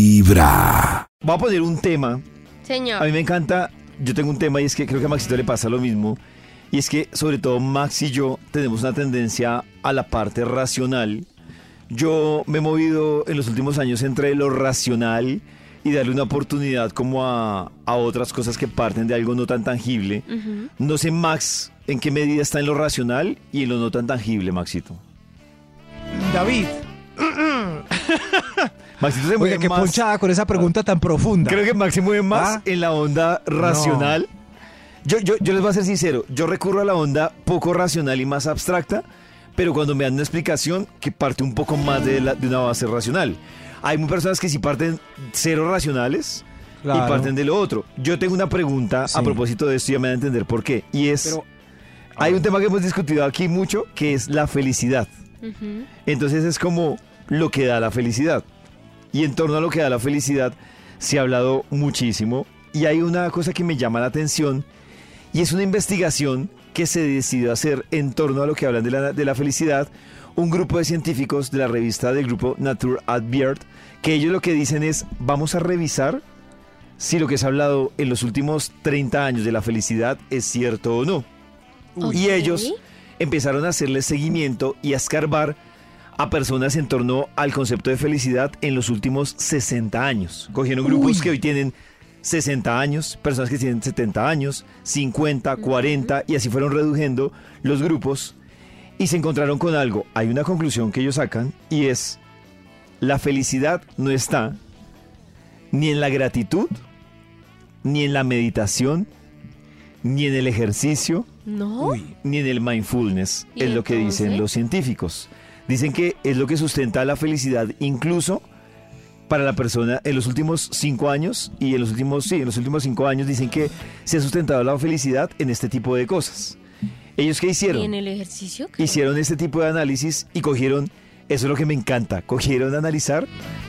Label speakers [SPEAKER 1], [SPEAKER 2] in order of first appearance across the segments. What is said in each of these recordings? [SPEAKER 1] Vibra.
[SPEAKER 2] Voy a poner un tema. A mí
[SPEAKER 3] Señor.
[SPEAKER 2] me encanta. Yo tengo un tema y es que creo que a Maxito le pasa lo mismo. Y es que, sobre todo, Max y yo tenemos una tendencia a la parte racional. Yo me he movido en los últimos años entre lo racional y darle una oportunidad como a, a otras cosas que parten de algo no tan tangible.
[SPEAKER 3] Ujú.
[SPEAKER 2] No sé, Max, en qué medida está en lo racional y en lo no tan tangible, Maxito.
[SPEAKER 4] David,
[SPEAKER 2] Maxito se mueve
[SPEAKER 4] oiga, qué
[SPEAKER 2] más.
[SPEAKER 4] ponchada con esa pregunta tan profunda.
[SPEAKER 2] Creo que Max se mueve más
[SPEAKER 4] ¿Ah?
[SPEAKER 2] en la onda racional. Yo, yo, yo les voy a ser sincero, yo recurro a la onda poco racional y más abstracta, pero cuando me dan una explicación que parte un poco más de, la- de una base racional. Hay muy personas que sí parten cero racionales y
[SPEAKER 4] Claro.
[SPEAKER 2] parten de lo otro. Yo tengo una pregunta a
[SPEAKER 4] Sí.
[SPEAKER 2] propósito de esto y ya me da a entender por qué. Y es,
[SPEAKER 4] Pero-
[SPEAKER 2] hay un tema que hemos discutido aquí mucho, que es la felicidad.
[SPEAKER 3] Ujú.
[SPEAKER 2] Entonces es como lo que da la felicidad. Y en torno a lo que da la felicidad se ha hablado muchísimo. Y hay una cosa que me llama la atención y es una investigación que se decidió hacer en torno a lo que hablan de la, de la felicidad un grupo de científicos de la revista del grupo Nature Adviert, que ellos lo que dicen es vamos a revisar si lo que se ha hablado en los últimos 30 años de la felicidad es cierto o no. Y
[SPEAKER 3] Ok.
[SPEAKER 2] ellos empezaron a hacerle seguimiento y a escarbar a personas en torno al concepto de felicidad en los últimos 60 años. Cogieron grupos que hoy tienen 60 años, personas que tienen 70 años, 50, 40, y así fueron reduciendo los grupos y se encontraron con algo. Hay una conclusión que ellos sacan y es, la felicidad no está ni en la gratitud, ni en la meditación, ni en el ejercicio,
[SPEAKER 3] No.
[SPEAKER 2] ni en el mindfulness,
[SPEAKER 3] ¿Y
[SPEAKER 2] es lo que dicen
[SPEAKER 3] entonces?
[SPEAKER 2] los científicos. Dicen que es lo que sustenta la felicidad incluso para la persona en los últimos cinco años y en los últimos, sí, en los últimos cinco años dicen que se ha sustentado la felicidad en este tipo de cosas. ¿Ellos qué hicieron?
[SPEAKER 3] ¿Y en el ejercicio? qué?
[SPEAKER 2] hicieron este tipo de análisis y cogieron, eso es lo que me encanta, cogieron a analizar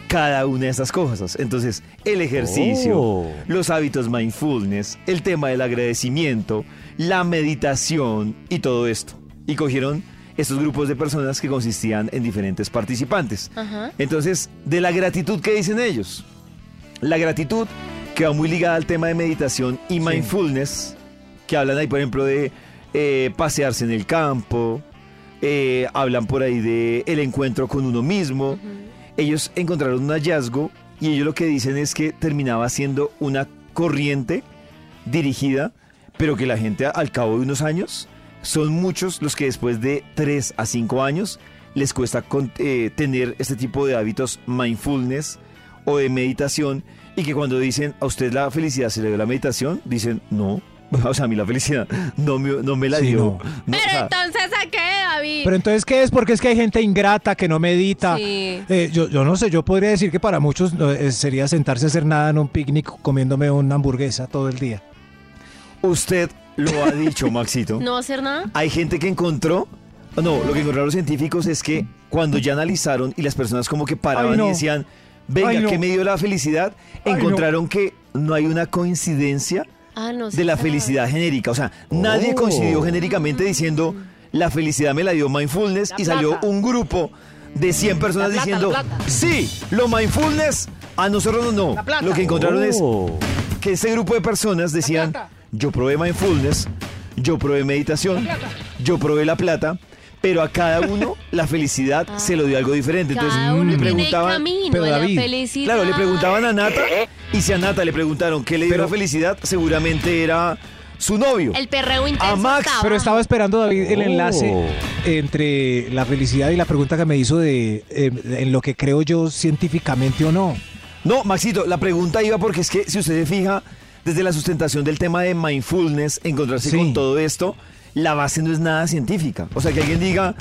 [SPEAKER 2] cada una de estas cosas. Entonces, el ejercicio,
[SPEAKER 1] Oh.
[SPEAKER 2] los hábitos mindfulness, el tema del agradecimiento, la meditación y todo esto. Y cogieron estos grupos de personas que consistían en diferentes participantes.
[SPEAKER 3] Ajá.
[SPEAKER 2] Entonces, de la gratitud que dicen ellos. La gratitud que va muy ligada al tema de meditación y mindfulness, que hablan ahí, por ejemplo, de eh, pasearse en el campo, eh, hablan por ahí de el encuentro con uno mismo. Ellos encontraron un hallazgo y ellos lo que dicen es que terminaba siendo una corriente dirigida, pero que la gente a- al cabo de unos años son muchos los que después de 3 a 5 años les cuesta con- eh, tener este tipo de hábitos mindfulness o de meditación y que cuando dicen a usted la felicidad se le dio la meditación, dicen no. O sea, a mí la felicidad no me, no me la
[SPEAKER 4] Sí,
[SPEAKER 2] dio.
[SPEAKER 4] no.
[SPEAKER 2] No, o
[SPEAKER 3] Pero
[SPEAKER 2] sea,
[SPEAKER 3] entonces, ¿a qué, David?
[SPEAKER 4] Pero entonces, ¿qué es? Porque es que hay gente ingrata que no medita.
[SPEAKER 3] Sí.
[SPEAKER 4] Eh, yo, yo no sé, yo podría decir que para muchos no, eh, sería sentarse a hacer nada en un picnic comiéndome una hamburguesa todo el día.
[SPEAKER 2] usted lo ha dicho, Maxito.
[SPEAKER 3] ¿No hacer nada?
[SPEAKER 2] Hay gente que encontró, Ah, no, lo que encontraron los científicos es que cuando ya analizaron y las personas como que paraban
[SPEAKER 4] Ay, no.
[SPEAKER 2] y decían, venga,
[SPEAKER 4] Ay, no.
[SPEAKER 2] ¿qué me dio la felicidad?
[SPEAKER 4] Ay, no.
[SPEAKER 2] encontraron que no hay una coincidencia
[SPEAKER 3] Ah, no sé.
[SPEAKER 2] de la felicidad genérica. O sea, nadie
[SPEAKER 1] Oh.
[SPEAKER 2] coincidió genéricamente diciendo, la felicidad me la dio mindfulness y salió un grupo de 100 personas
[SPEAKER 5] La plata,
[SPEAKER 2] diciendo,
[SPEAKER 5] la plata.
[SPEAKER 2] sí, lo mindfulness a nosotros no.
[SPEAKER 5] plata.
[SPEAKER 2] Lo que encontraron es,
[SPEAKER 1] Oh.
[SPEAKER 2] que ese grupo de personas decían, yo probé mindfulness, yo probé meditación, yo probé la plata, pero a cada uno la felicidad se lo dio algo diferente. Entonces
[SPEAKER 3] Cada uno
[SPEAKER 2] le
[SPEAKER 3] tiene
[SPEAKER 2] preguntaban,
[SPEAKER 3] camino
[SPEAKER 4] pero
[SPEAKER 3] a la
[SPEAKER 4] David,
[SPEAKER 3] felicidad.
[SPEAKER 2] claro, le preguntaban a Nata y si a Nata le preguntaron qué le dio la felicidad, seguramente era su novio.
[SPEAKER 3] El perreo intenso.
[SPEAKER 2] Max,
[SPEAKER 3] estaba.
[SPEAKER 4] Pero estaba esperando, David, el
[SPEAKER 1] Oh.
[SPEAKER 4] enlace entre la felicidad y la pregunta que me hizo de eh, en lo que creo yo científicamente o no.
[SPEAKER 2] No, Maxito, la pregunta iba porque es que si usted se fija, desde la sustentación del tema de mindfulness, encontrarse
[SPEAKER 4] Sí.
[SPEAKER 2] con todo esto, la base no es nada científica. O sea, que alguien diga,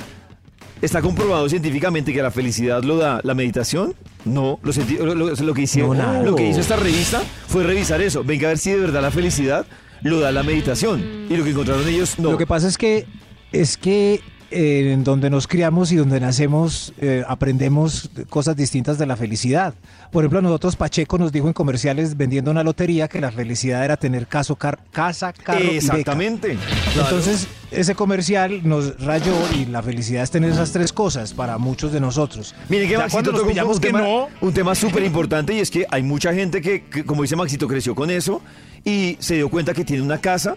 [SPEAKER 2] está comprobado científicamente que la felicidad lo da la meditación. No, lo, cienti- lo- lo- lo que hicieron,
[SPEAKER 4] No, nada.
[SPEAKER 2] lo que hizo esta revista fue revisar eso. Venga a ver si de verdad la felicidad lo da la meditación. Y lo que encontraron ellos, no.
[SPEAKER 4] Lo que pasa es que es que
[SPEAKER 6] eh, en donde nos criamos y donde nacemos eh, aprendemos cosas distintas de la felicidad. Por ejemplo, a nosotros Pacheco nos dijo en comerciales vendiendo una lotería que la felicidad era tener caso, car- casa, carro y beca.
[SPEAKER 2] Exactamente.
[SPEAKER 6] Entonces, ese comercial nos rayó y la felicidad es tener esas tres cosas para muchos de nosotros.
[SPEAKER 2] Miren que
[SPEAKER 6] Ya
[SPEAKER 2] Maxito
[SPEAKER 6] cuando nos
[SPEAKER 2] tocó un-
[SPEAKER 6] pillamos
[SPEAKER 2] un
[SPEAKER 6] que
[SPEAKER 2] tema,
[SPEAKER 6] no,
[SPEAKER 2] un tema súper importante y es que hay mucha gente que, que, como dice Maxito, creció con eso y se dio cuenta que tiene una casa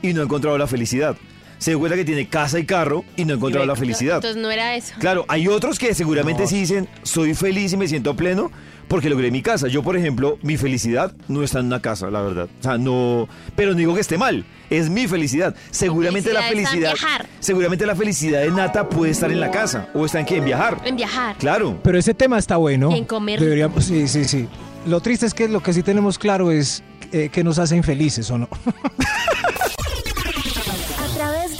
[SPEAKER 2] y no ha encontrado la felicidad. Se dio cuenta que tiene casa y carro y no ha encontrado la felicidad.
[SPEAKER 3] Entonces no era eso.
[SPEAKER 2] Claro, hay otros que seguramente
[SPEAKER 6] No.
[SPEAKER 2] sí dicen, soy feliz y me siento pleno porque logré mi casa. Yo, por ejemplo, mi felicidad no está en una casa, la verdad. O sea, no... Pero no digo que esté mal, es mi felicidad. Seguramente
[SPEAKER 3] felicidad
[SPEAKER 2] la
[SPEAKER 3] está en
[SPEAKER 2] felicidad...
[SPEAKER 3] viajar.
[SPEAKER 2] Seguramente la felicidad de Nata puede estar en la casa o está en que en viajar.
[SPEAKER 3] En viajar.
[SPEAKER 2] Claro.
[SPEAKER 6] Pero ese tema está bueno.
[SPEAKER 3] Y en comer rico.
[SPEAKER 6] Deberíamos, sí, sí, sí. Lo triste es que lo que sí tenemos claro es eh, que nos hacen felices o no.
[SPEAKER 7] A través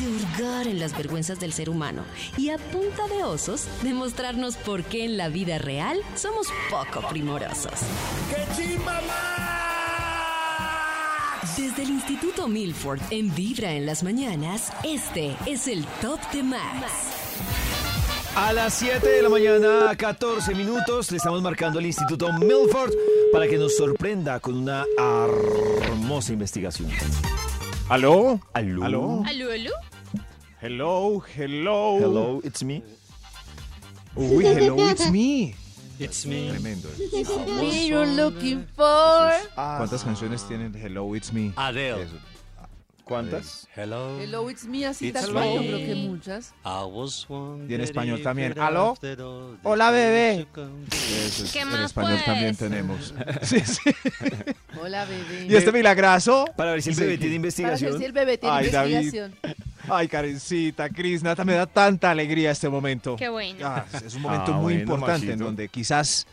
[SPEAKER 1] De hurgar en las vergüenzas del ser humano. Y a punta de osos, demostrarnos por qué en la vida real somos poco primorosos. Desde el Instituto Milford, en Vibra en las mañanas, este es el Top de Max.
[SPEAKER 2] A las 7 de la mañana, 14 minutos, le estamos marcando al Instituto Milford para que nos sorprenda con una hermosa investigación.
[SPEAKER 4] ¿Aló?
[SPEAKER 2] Aló.
[SPEAKER 4] ¿Aló?
[SPEAKER 3] ¿Aló, aló?
[SPEAKER 4] Hello, hello.
[SPEAKER 2] Hello, it's me.
[SPEAKER 6] Uy, hello, it's me.
[SPEAKER 4] Tremendo.
[SPEAKER 3] Me you're looking for.
[SPEAKER 4] ¿Cuántas canciones tienen Hello, it's me?
[SPEAKER 8] Adele.
[SPEAKER 4] Eso.
[SPEAKER 2] ¿Cuántas?
[SPEAKER 8] Hello.
[SPEAKER 9] Hello, it's me, así
[SPEAKER 8] It's
[SPEAKER 9] tal cual, yo
[SPEAKER 8] me.
[SPEAKER 9] creo que muchas.
[SPEAKER 8] I was wondering
[SPEAKER 4] Y en español
[SPEAKER 8] if
[SPEAKER 4] también.
[SPEAKER 8] you're
[SPEAKER 4] ¿Aló?
[SPEAKER 8] after all the
[SPEAKER 4] Hola,
[SPEAKER 8] things
[SPEAKER 4] bebé.
[SPEAKER 8] you come-
[SPEAKER 4] Eso es.
[SPEAKER 3] ¿Qué
[SPEAKER 4] en
[SPEAKER 3] más,
[SPEAKER 4] español
[SPEAKER 3] pues?
[SPEAKER 4] también tenemos.
[SPEAKER 9] Hola, bebé.
[SPEAKER 4] ¿Y este milagrazo?
[SPEAKER 2] Para ver si el bebé tiene
[SPEAKER 9] Para ver
[SPEAKER 2] investigación.
[SPEAKER 9] si el bebé tiene
[SPEAKER 4] Ay, David.
[SPEAKER 9] investigación.
[SPEAKER 4] Ay, Karencita, Cris, Nata, me da tanta alegría este momento.
[SPEAKER 3] Qué bueno.
[SPEAKER 4] Ah, es un momento
[SPEAKER 2] Ah,
[SPEAKER 4] muy
[SPEAKER 2] bueno,
[SPEAKER 4] importante en
[SPEAKER 2] Maxito.
[SPEAKER 4] donde quizás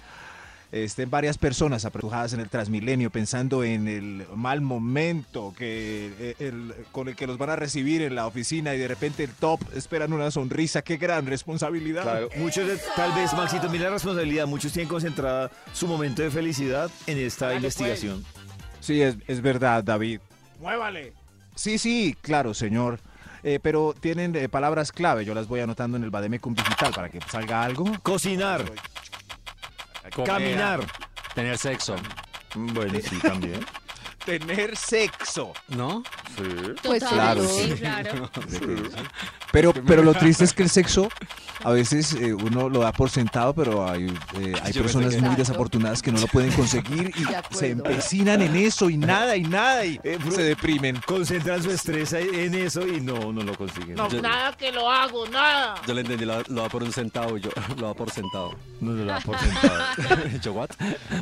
[SPEAKER 4] estén varias personas apretujadas en el Transmilenio pensando en el mal momento que eh, el- con el que los van a recibir en la oficina y de repente el top esperan una sonrisa. ¡Qué gran responsabilidad!
[SPEAKER 2] Claro, muchos, de- tal vez, Este Maxito, mira la responsabilidad. Muchos tienen concentrada su momento de felicidad en esta
[SPEAKER 4] pues.
[SPEAKER 2] investigación.
[SPEAKER 4] Sí, es, es verdad, David. ¡Muévale! Sí, sí, claro, señor. Eh, pero tienen eh, palabras clave, yo las voy anotando en el Bademecum Digital para que salga algo.
[SPEAKER 2] Cocinar,
[SPEAKER 8] comer,
[SPEAKER 2] caminar.
[SPEAKER 8] Tener sexo.
[SPEAKER 2] Mm, Bueno, sí, también.
[SPEAKER 4] Tener sexo.
[SPEAKER 8] ¿No?
[SPEAKER 9] Pues
[SPEAKER 4] claro,
[SPEAKER 3] sí,
[SPEAKER 4] sí.
[SPEAKER 3] claro.
[SPEAKER 6] Pero, pero lo triste es que el sexo a veces eh, uno lo da por sentado, pero hay, eh, hay
[SPEAKER 8] Yo
[SPEAKER 6] personas
[SPEAKER 8] pensé
[SPEAKER 9] que-
[SPEAKER 6] muy desafortunadas que no lo pueden conseguir
[SPEAKER 9] De
[SPEAKER 6] y
[SPEAKER 9] acuerdo.
[SPEAKER 6] se empecinan en eso y nada y nada y
[SPEAKER 2] Eh, bro.
[SPEAKER 6] se deprimen.
[SPEAKER 2] Concentran su estrés en eso y no, no lo consiguen. No,
[SPEAKER 8] Yo-
[SPEAKER 10] Nada que lo hago, nada.
[SPEAKER 8] Yo le entendí, lo, lo da por un centavo. Yo lo da por sentado.
[SPEAKER 2] no lo da por sentado.
[SPEAKER 8] yo, what?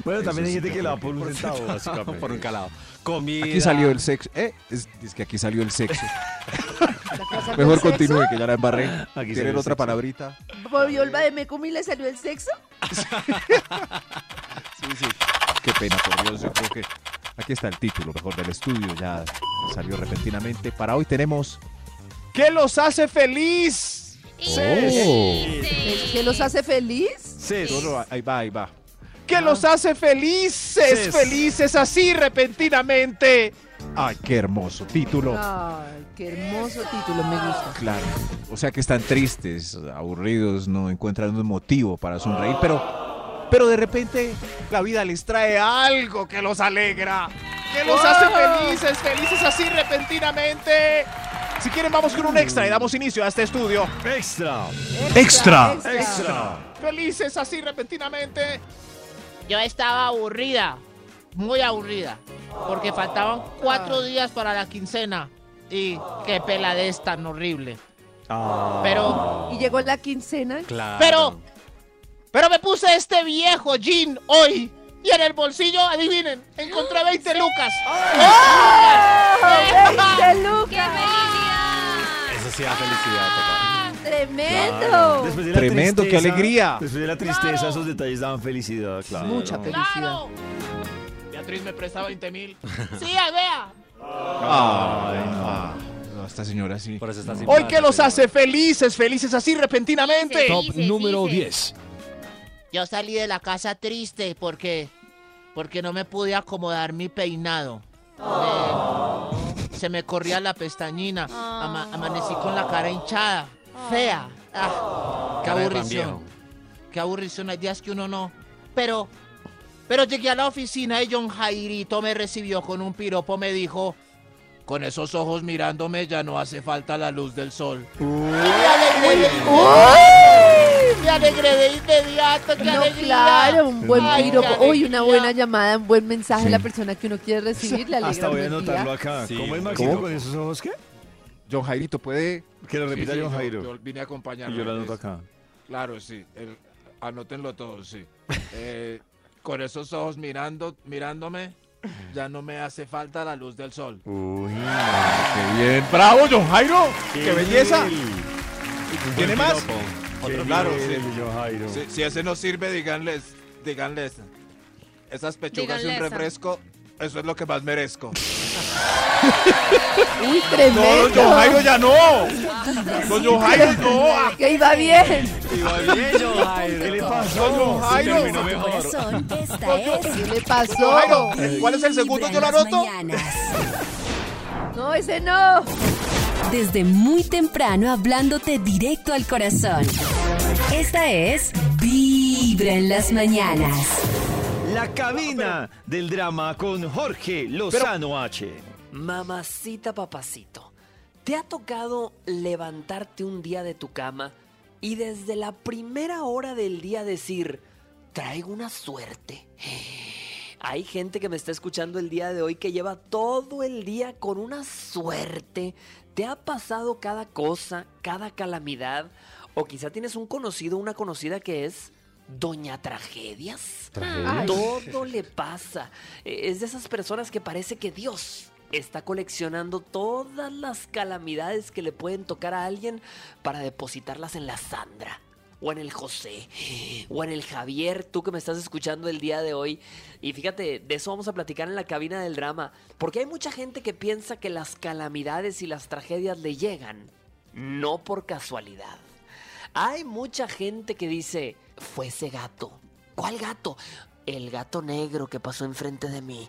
[SPEAKER 2] Bueno, también hay gente que la da
[SPEAKER 8] lo
[SPEAKER 2] por un centavo, básicamente.
[SPEAKER 8] por un calado. Comida.
[SPEAKER 6] Aquí salió el sexo. Eh, es, es que aquí salió el sexo.
[SPEAKER 9] cosa
[SPEAKER 6] Mejor
[SPEAKER 9] con
[SPEAKER 6] continúe, que ya la embarré.
[SPEAKER 2] Aquí salió el
[SPEAKER 6] ¿Tienen otra
[SPEAKER 2] sexo.
[SPEAKER 6] palabrita?
[SPEAKER 9] sexo. Volvió el Bademecum y le salió el sexo.
[SPEAKER 8] Sí, sí.
[SPEAKER 4] Qué pena, por Dios, yo creo que aquí está el título mejor del estudio, ya salió repentinamente. Para hoy tenemos ¿Qué los hace feliz?
[SPEAKER 9] ¿Es que los hace feliz?
[SPEAKER 2] Ses.
[SPEAKER 4] Solo ahí va, ahí va. ¿Qué los
[SPEAKER 10] Ah.
[SPEAKER 4] hace felices?
[SPEAKER 2] Ses.
[SPEAKER 4] Felices así repentinamente. Ay, qué hermoso título.
[SPEAKER 9] Ay, qué hermoso título, me gusta.
[SPEAKER 4] Claro. O sea que están tristes, aburridos, no encuentran un motivo para sonreír, pero pero de repente la vida les trae algo que los alegra, que los hace
[SPEAKER 9] Ah.
[SPEAKER 4] felices, felices así repentinamente. Si quieren vamos con un extra y damos inicio a este estudio.
[SPEAKER 2] Extra.
[SPEAKER 9] Extra.
[SPEAKER 4] Felices así repentinamente.
[SPEAKER 10] Yo estaba aburrida, muy aburrida, porque faltaban
[SPEAKER 9] Ah.
[SPEAKER 10] cuatro días para la quincena. Y qué peladez tan horrible. Ah. Pero,
[SPEAKER 9] Y llegó la quincena.
[SPEAKER 8] Claro.
[SPEAKER 10] pero, pero me puse este viejo jean hoy. Y en el bolsillo, adivinen, encontré 20 lucas.
[SPEAKER 9] ¡Oh! ¡Veinte lucas!
[SPEAKER 3] ¡Qué felicidad!
[SPEAKER 8] Eso sí da felicidad, papá.
[SPEAKER 9] Tremendo.
[SPEAKER 2] Después de
[SPEAKER 11] Tremendo, qué alegría.
[SPEAKER 2] Después de la tristeza, esos detalles daban felicidad, claro.
[SPEAKER 9] Mucha felicidad.
[SPEAKER 10] ¡Claro! Beatriz me presta 20 mil. Sí, a vea.
[SPEAKER 11] No, esta señora sí.
[SPEAKER 8] Por eso está sin
[SPEAKER 10] Hoy
[SPEAKER 8] plata,
[SPEAKER 10] que los
[SPEAKER 8] señora.
[SPEAKER 10] hace felices, felices así repentinamente.
[SPEAKER 12] Top número 10.
[SPEAKER 10] Yo salí de la casa triste porque porque no me pude acomodar mi peinado.
[SPEAKER 8] Oh.
[SPEAKER 10] Eh, se me corría la pestañina. Ama- amanecí con la cara hinchada, fea. Ah, qué
[SPEAKER 8] Oh. Cara de pan
[SPEAKER 10] aburrición.
[SPEAKER 8] viejo.
[SPEAKER 10] Qué aburrición. Hay días que uno no. Pero pero llegué a la oficina y John Jairito me recibió con un piropo. Me dijo, con esos ojos mirándome ya no hace falta la luz del sol.
[SPEAKER 9] Uh.
[SPEAKER 10] Me alegré de, ¡Uy! Me alegré de inmediato, qué
[SPEAKER 9] No,
[SPEAKER 10] alegría.
[SPEAKER 9] claro, un buen
[SPEAKER 10] Ay,
[SPEAKER 9] piropo.
[SPEAKER 10] qué
[SPEAKER 9] Uy, una buena
[SPEAKER 10] alegría.
[SPEAKER 9] llamada, un buen mensaje
[SPEAKER 11] Sí.
[SPEAKER 9] a la persona que uno quiere recibir. Le alegra
[SPEAKER 2] Hasta voy a
[SPEAKER 9] un buen día.
[SPEAKER 2] anotarlo acá.
[SPEAKER 8] Sí,
[SPEAKER 2] ¿Cómo es
[SPEAKER 8] ¿cómo?
[SPEAKER 2] Maxito con esos ojos qué?
[SPEAKER 11] John Jairito puede.
[SPEAKER 2] Que lo repita
[SPEAKER 11] Sí, sí,
[SPEAKER 2] John
[SPEAKER 11] yo-
[SPEAKER 2] Jairo.
[SPEAKER 11] Yo, vine a acompañarlo.
[SPEAKER 2] y yo lo anoto
[SPEAKER 11] Es-
[SPEAKER 2] acá.
[SPEAKER 11] Claro, sí. el- anótenlo todo, sí. Eh, con esos ojos mirando, mirándome, ya no me hace falta la luz del sol.
[SPEAKER 2] Uy.
[SPEAKER 11] ¡Qué bien! ¡Bravo, John Jairo! ¡Qué, belleza! ¿Tiene más?
[SPEAKER 2] Qué
[SPEAKER 11] claro,
[SPEAKER 2] bien,
[SPEAKER 11] sí.
[SPEAKER 2] John Jairo.
[SPEAKER 11] Si, si ese no sirve, díganles, díganles. Esas pechugas y un
[SPEAKER 12] Díganles, ah.
[SPEAKER 11] refresco, eso es lo que más merezco.
[SPEAKER 9] Uy,
[SPEAKER 11] No, don John Jairo
[SPEAKER 9] tremendo.
[SPEAKER 11] ya no. Don John Jairo no. ah,
[SPEAKER 9] Que iba bien.
[SPEAKER 2] ¿Qué le pasa?
[SPEAKER 11] Don John Jairo.
[SPEAKER 1] Desde tu corazón, esta es
[SPEAKER 9] ¿Qué le
[SPEAKER 11] Don
[SPEAKER 9] pasó?
[SPEAKER 11] Jairo, ¿Cuál es el segundo?
[SPEAKER 1] Vibra
[SPEAKER 11] Yo
[SPEAKER 1] en
[SPEAKER 11] lo
[SPEAKER 1] las
[SPEAKER 11] anoto.
[SPEAKER 1] mañanas.
[SPEAKER 9] No, ese no.
[SPEAKER 1] Desde muy temprano hablándote directo al corazón. Esta es Vibra en las mañanas.
[SPEAKER 2] La cabina del drama con Jorge Lozano H.
[SPEAKER 13] Mamacita, papacito, ¿te ha tocado levantarte un día de tu cama y desde la primera hora del día decir, traigo una suerte? Hay gente que me está escuchando el día de hoy que lleva todo el día con una suerte. ¿Te ha pasado cada cosa, cada calamidad? O quizá tienes un conocido, una conocida que es Doña Tragedias.
[SPEAKER 9] Ay.
[SPEAKER 13] Todo le pasa. Eh, Es de esas personas que parece que Dios está coleccionando todas las calamidades que le pueden tocar a alguien para depositarlas en la Sandra. O en el José, o en el Javier, tú que me estás escuchando el día de hoy. Y fíjate, de eso vamos a platicar en la cabina del drama, porque hay mucha gente que piensa que las calamidades y las tragedias le llegan, no por casualidad. Hay mucha gente que dice, fue ese gato. ¿Cuál gato? El gato negro que pasó enfrente de mí.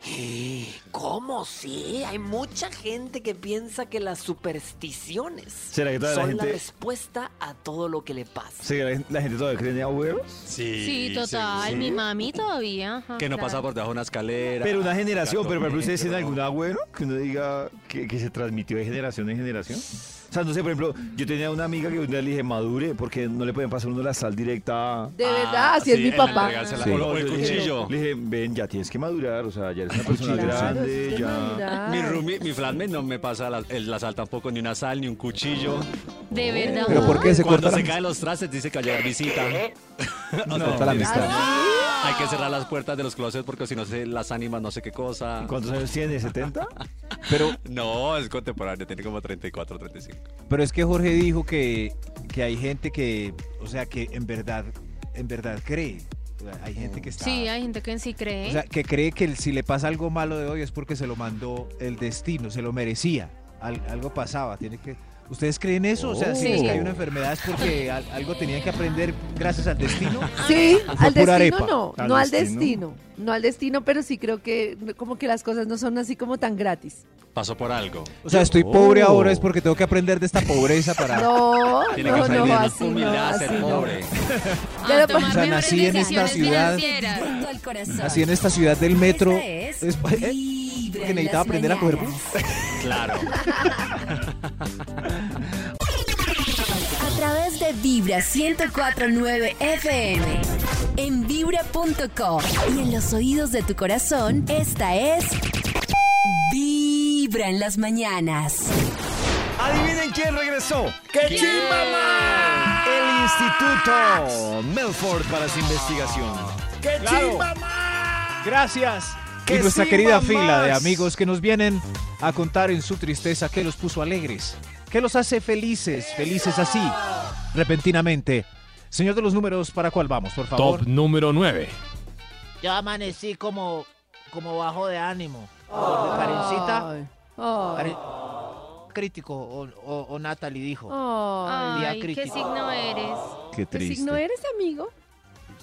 [SPEAKER 13] ¿Cómo sí? Hay mucha gente que piensa que las supersticiones
[SPEAKER 2] ¿Será que toda la
[SPEAKER 13] son la
[SPEAKER 2] gente-
[SPEAKER 13] respuesta a todo lo que le pasa.
[SPEAKER 2] ¿Sí, la, la gente todavía cree en abuelos?
[SPEAKER 8] Sí,
[SPEAKER 3] Sí, total.
[SPEAKER 8] seguro.
[SPEAKER 3] Mi mami todavía. ajá,
[SPEAKER 8] Que no
[SPEAKER 3] claro.
[SPEAKER 8] pasa por debajo de una escalera.
[SPEAKER 2] Pero una generación,
[SPEAKER 8] Gato
[SPEAKER 2] pero por ejemplo, ¿ustedes tienen
[SPEAKER 8] negro.
[SPEAKER 2] algún abuelo que uno diga que, que se transmitió de generación en generación? O sea, no sé, por ejemplo, yo tenía una amiga que un día le dije madure porque no le pueden pasar uno la sal directa. a-
[SPEAKER 9] De
[SPEAKER 8] Ah,
[SPEAKER 9] verdad, así es
[SPEAKER 8] sí,
[SPEAKER 9] mi
[SPEAKER 8] en
[SPEAKER 9] papá.
[SPEAKER 8] entregársela.
[SPEAKER 11] Sí.
[SPEAKER 8] O lo- o el
[SPEAKER 2] Le dije-
[SPEAKER 8] cuchillo.
[SPEAKER 2] Le dije, ven, ya tienes que madurar, o sea, ya eres una persona
[SPEAKER 11] cuchillo, sí.
[SPEAKER 2] grande,
[SPEAKER 9] Claro, tienes que
[SPEAKER 2] ya.
[SPEAKER 9] madurar.
[SPEAKER 8] Mi roomie, mi flatmate no me pasa la, el- la sal tampoco, ni una sal, ni un cuchillo.
[SPEAKER 3] De verdad.
[SPEAKER 11] ¿Pero por qué se
[SPEAKER 8] Cuando
[SPEAKER 11] corta la
[SPEAKER 8] se caen los trastes dice que ayer visita.
[SPEAKER 11] No, corta la amistad?
[SPEAKER 8] Hay que cerrar las puertas de los closets porque si no se las ánimas no sé qué cosa.
[SPEAKER 2] ¿Cuántos años tienes? ¿70?
[SPEAKER 11] Pero,
[SPEAKER 8] No, es contemporáneo, tiene como 34, 35.
[SPEAKER 4] Pero es que Jorge dijo que, que hay gente que, o sea, que en verdad, en verdad cree. O sea, Hay gente que está.
[SPEAKER 3] Sí, hay gente que en sí cree.
[SPEAKER 4] O sea, que cree que el- si le pasa algo malo de hoy es porque se lo mandó el destino, se lo merecía. Al- algo pasaba, tiene que. ¿Ustedes creen eso? O sea, si les
[SPEAKER 3] Sí.
[SPEAKER 4] cae una enfermedad es porque al- algo tenían que aprender gracias al destino.
[SPEAKER 9] Sí,
[SPEAKER 4] Fue
[SPEAKER 9] al destino
[SPEAKER 4] pura arepa.
[SPEAKER 9] no,
[SPEAKER 2] Al
[SPEAKER 9] no al
[SPEAKER 2] destino.
[SPEAKER 9] destino, no al destino, pero sí creo que como que las cosas no son así como tan gratis.
[SPEAKER 8] Pasó por algo.
[SPEAKER 4] O sea, estoy
[SPEAKER 2] Oh.
[SPEAKER 4] pobre ahora es porque tengo que aprender de esta pobreza para.
[SPEAKER 9] No,
[SPEAKER 8] Tiene que
[SPEAKER 9] no,
[SPEAKER 8] aprender
[SPEAKER 9] no, así no,
[SPEAKER 8] humildad a ser
[SPEAKER 9] así no.
[SPEAKER 8] pobre.
[SPEAKER 9] Pero
[SPEAKER 4] O sea, nací en esta ciudad,
[SPEAKER 1] Directo al corazón.
[SPEAKER 4] nací en esta ciudad del metro.
[SPEAKER 1] Esta es
[SPEAKER 4] es-
[SPEAKER 1] Vibra
[SPEAKER 4] porque
[SPEAKER 1] en
[SPEAKER 4] necesitaba
[SPEAKER 1] las
[SPEAKER 4] aprender a coger
[SPEAKER 1] mañanas.
[SPEAKER 8] Claro.
[SPEAKER 1] A través de Vibra 104.9 FM. En Vibra.com. Y en los oídos de tu corazón, esta es... Vibra en las mañanas.
[SPEAKER 2] Adivinen quién regresó. ¡Qué chimba, El Instituto Melford para su investigación.
[SPEAKER 11] ¡Qué chimba
[SPEAKER 4] Gracias.
[SPEAKER 2] Que
[SPEAKER 4] Y nuestra
[SPEAKER 2] sí,
[SPEAKER 4] querida
[SPEAKER 2] mamás.
[SPEAKER 4] fila de amigos que nos vienen a contar en su tristeza qué los puso alegres, qué los hace felices, felices así,
[SPEAKER 14] repentinamente. Señor de los números, ¿para cuál vamos, por favor?
[SPEAKER 15] Top número 9.
[SPEAKER 10] Yo amanecí como, como bajo de ánimo. Porque Karencita. Karen- crítico, o, o, o Natalie dijo.
[SPEAKER 9] Ay.
[SPEAKER 10] Día
[SPEAKER 9] Ay, qué
[SPEAKER 10] crítico.
[SPEAKER 9] signo
[SPEAKER 3] eres?
[SPEAKER 2] Qué
[SPEAKER 9] ¿Qué signo eres, amigo?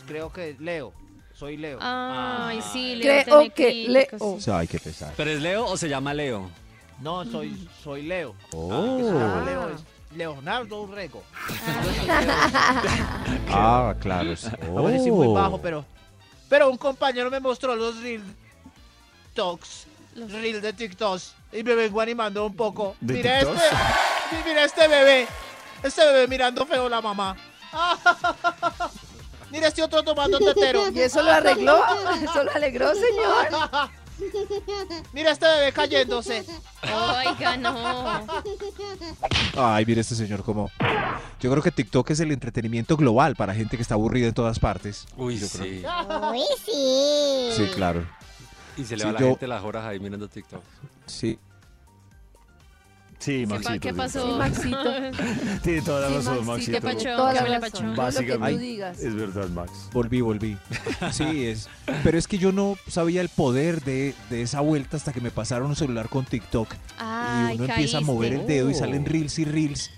[SPEAKER 10] Creo que Leo. Soy Leo. Ah.
[SPEAKER 3] Ay, sí,
[SPEAKER 9] Leo Creo tiene que oh. críticos. Leo.
[SPEAKER 2] Ay, qué pesar.
[SPEAKER 8] ¿Pero es Leo o se llama Leo? Ah,
[SPEAKER 10] No, soy, soy Leo.
[SPEAKER 2] Oh.
[SPEAKER 10] Que se llama Leo es Leonardo Urrego.
[SPEAKER 4] Ah, claro. sí.
[SPEAKER 10] Amanecí muy
[SPEAKER 4] Oh.
[SPEAKER 10] bajo, pero. Pero un compañero me mostró los reel talks. Reel de TikToks. Y me vengo animando un poco.
[SPEAKER 2] ¿De
[SPEAKER 10] Mira este.
[SPEAKER 2] TikToks?
[SPEAKER 10] mi- Mira este bebé. Este bebé mirando feo la mamá. Mira este otro tomando tetero.
[SPEAKER 9] ¿Y eso lo arregló? ¿Eso lo alegró, señor?
[SPEAKER 10] Mira este bebé cayéndose.
[SPEAKER 3] Oiga, no.
[SPEAKER 4] Ay, mire este señor como... Yo creo que TikTok es el entretenimiento global para gente que está aburrida en todas partes.
[SPEAKER 8] Uy,
[SPEAKER 4] Yo creo-
[SPEAKER 8] sí.
[SPEAKER 16] Uy, sí.
[SPEAKER 4] Sí, claro.
[SPEAKER 8] Y se le
[SPEAKER 4] Sí,
[SPEAKER 8] va la
[SPEAKER 4] yo-
[SPEAKER 8] gente las horas ahí mirando TikTok.
[SPEAKER 4] Sí.
[SPEAKER 2] Sí,
[SPEAKER 3] ¿Qué,
[SPEAKER 2] Maxito.
[SPEAKER 3] pa- qué
[SPEAKER 2] tiene
[SPEAKER 3] pasó?
[SPEAKER 2] razón. Tiene toda la razón, Maxito.
[SPEAKER 3] ¿Qué pachó?
[SPEAKER 9] Toda
[SPEAKER 3] ¿Qué
[SPEAKER 9] la
[SPEAKER 3] me le
[SPEAKER 9] razón.
[SPEAKER 3] pachó?
[SPEAKER 9] Lo que tú
[SPEAKER 4] Básicamente.
[SPEAKER 9] digas.
[SPEAKER 2] Es verdad, Max.
[SPEAKER 4] Volví, volví. Sí, es. Pero es que yo no sabía el poder de, de esa vuelta hasta que me pasaron un celular con TikTok. y
[SPEAKER 3] Ay,
[SPEAKER 4] uno empieza a mover el
[SPEAKER 3] caíste.
[SPEAKER 4] dedo y salen reels y reels.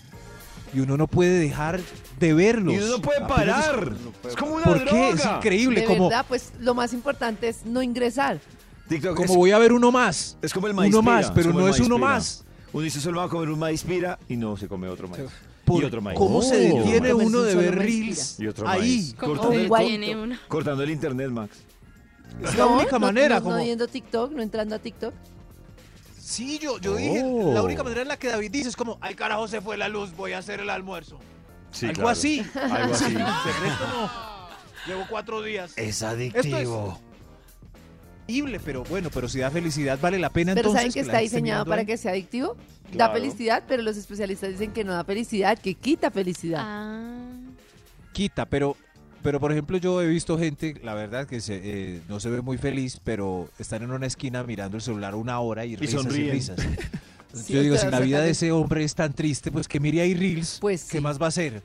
[SPEAKER 4] Y uno no puede dejar de verlos.
[SPEAKER 2] Y uno no puede
[SPEAKER 4] Apenas es-
[SPEAKER 2] parar. Es como una
[SPEAKER 4] ¿Por
[SPEAKER 2] droga.
[SPEAKER 4] qué? Es increíble.
[SPEAKER 9] De
[SPEAKER 4] como,
[SPEAKER 9] verdad, pues lo más importante es no ingresar.
[SPEAKER 2] TikTok
[SPEAKER 4] como
[SPEAKER 2] es,
[SPEAKER 4] voy a ver uno más.
[SPEAKER 2] es como el
[SPEAKER 4] uno
[SPEAKER 2] maíz.
[SPEAKER 4] más,
[SPEAKER 2] pira,
[SPEAKER 4] pero
[SPEAKER 2] como
[SPEAKER 4] no
[SPEAKER 2] el
[SPEAKER 4] es uno
[SPEAKER 2] maíz pira.
[SPEAKER 4] más.
[SPEAKER 2] Uno dice solo va a comer un maíz pira y no se come otro maíz.
[SPEAKER 4] Por-
[SPEAKER 2] y otro maíz.
[SPEAKER 4] ¿Cómo se
[SPEAKER 2] Y otro
[SPEAKER 4] detiene
[SPEAKER 2] maíz.
[SPEAKER 4] uno
[SPEAKER 9] Comerse
[SPEAKER 4] de
[SPEAKER 9] un
[SPEAKER 4] ver
[SPEAKER 9] solo maíz
[SPEAKER 4] reels?
[SPEAKER 2] Y otro
[SPEAKER 4] Ahí.
[SPEAKER 2] maíz.
[SPEAKER 3] ¿Cómo
[SPEAKER 2] Cortando, el-
[SPEAKER 9] igual.
[SPEAKER 3] tiene una?
[SPEAKER 2] cortando el internet, Max.
[SPEAKER 4] Es la
[SPEAKER 9] No,
[SPEAKER 4] única
[SPEAKER 9] no-
[SPEAKER 4] manera.
[SPEAKER 9] No, no
[SPEAKER 4] como,
[SPEAKER 9] viendo TikTok, no entrando a TikTok.
[SPEAKER 4] sí, yo, yo
[SPEAKER 2] Oh.
[SPEAKER 4] dije, la única manera en la que David dice es como,
[SPEAKER 10] Al carajo se fue la luz, voy a hacer el almuerzo.
[SPEAKER 2] Sí,
[SPEAKER 4] algo
[SPEAKER 2] claro.
[SPEAKER 4] así.
[SPEAKER 2] Algo así.
[SPEAKER 10] Llevo cuatro días.
[SPEAKER 2] es
[SPEAKER 4] Esto es horrible, pero bueno, pero si da felicidad vale la pena
[SPEAKER 9] Pero
[SPEAKER 4] entonces.
[SPEAKER 9] ¿saben que
[SPEAKER 4] la
[SPEAKER 9] está
[SPEAKER 4] gente esté
[SPEAKER 9] diseñado
[SPEAKER 4] mirando
[SPEAKER 9] para
[SPEAKER 4] ahí.
[SPEAKER 9] que sea adictivo? Da
[SPEAKER 2] Claro.
[SPEAKER 9] felicidad, pero los especialistas dicen que no da felicidad, que quita felicidad.
[SPEAKER 3] Ah.
[SPEAKER 4] quita, pero pero por ejemplo yo he visto gente, la verdad que se, eh, no se ve muy feliz, pero están en una esquina mirando el celular una hora y, risas
[SPEAKER 2] sonríen.
[SPEAKER 4] risas.
[SPEAKER 9] Sí,
[SPEAKER 4] yo digo,
[SPEAKER 9] o sea,
[SPEAKER 4] si la vida
[SPEAKER 9] sacan-
[SPEAKER 4] de ese hombre es tan triste, pues que mire ahí reels,
[SPEAKER 9] Pues
[SPEAKER 4] ¿qué
[SPEAKER 9] sí,
[SPEAKER 4] más va a hacer?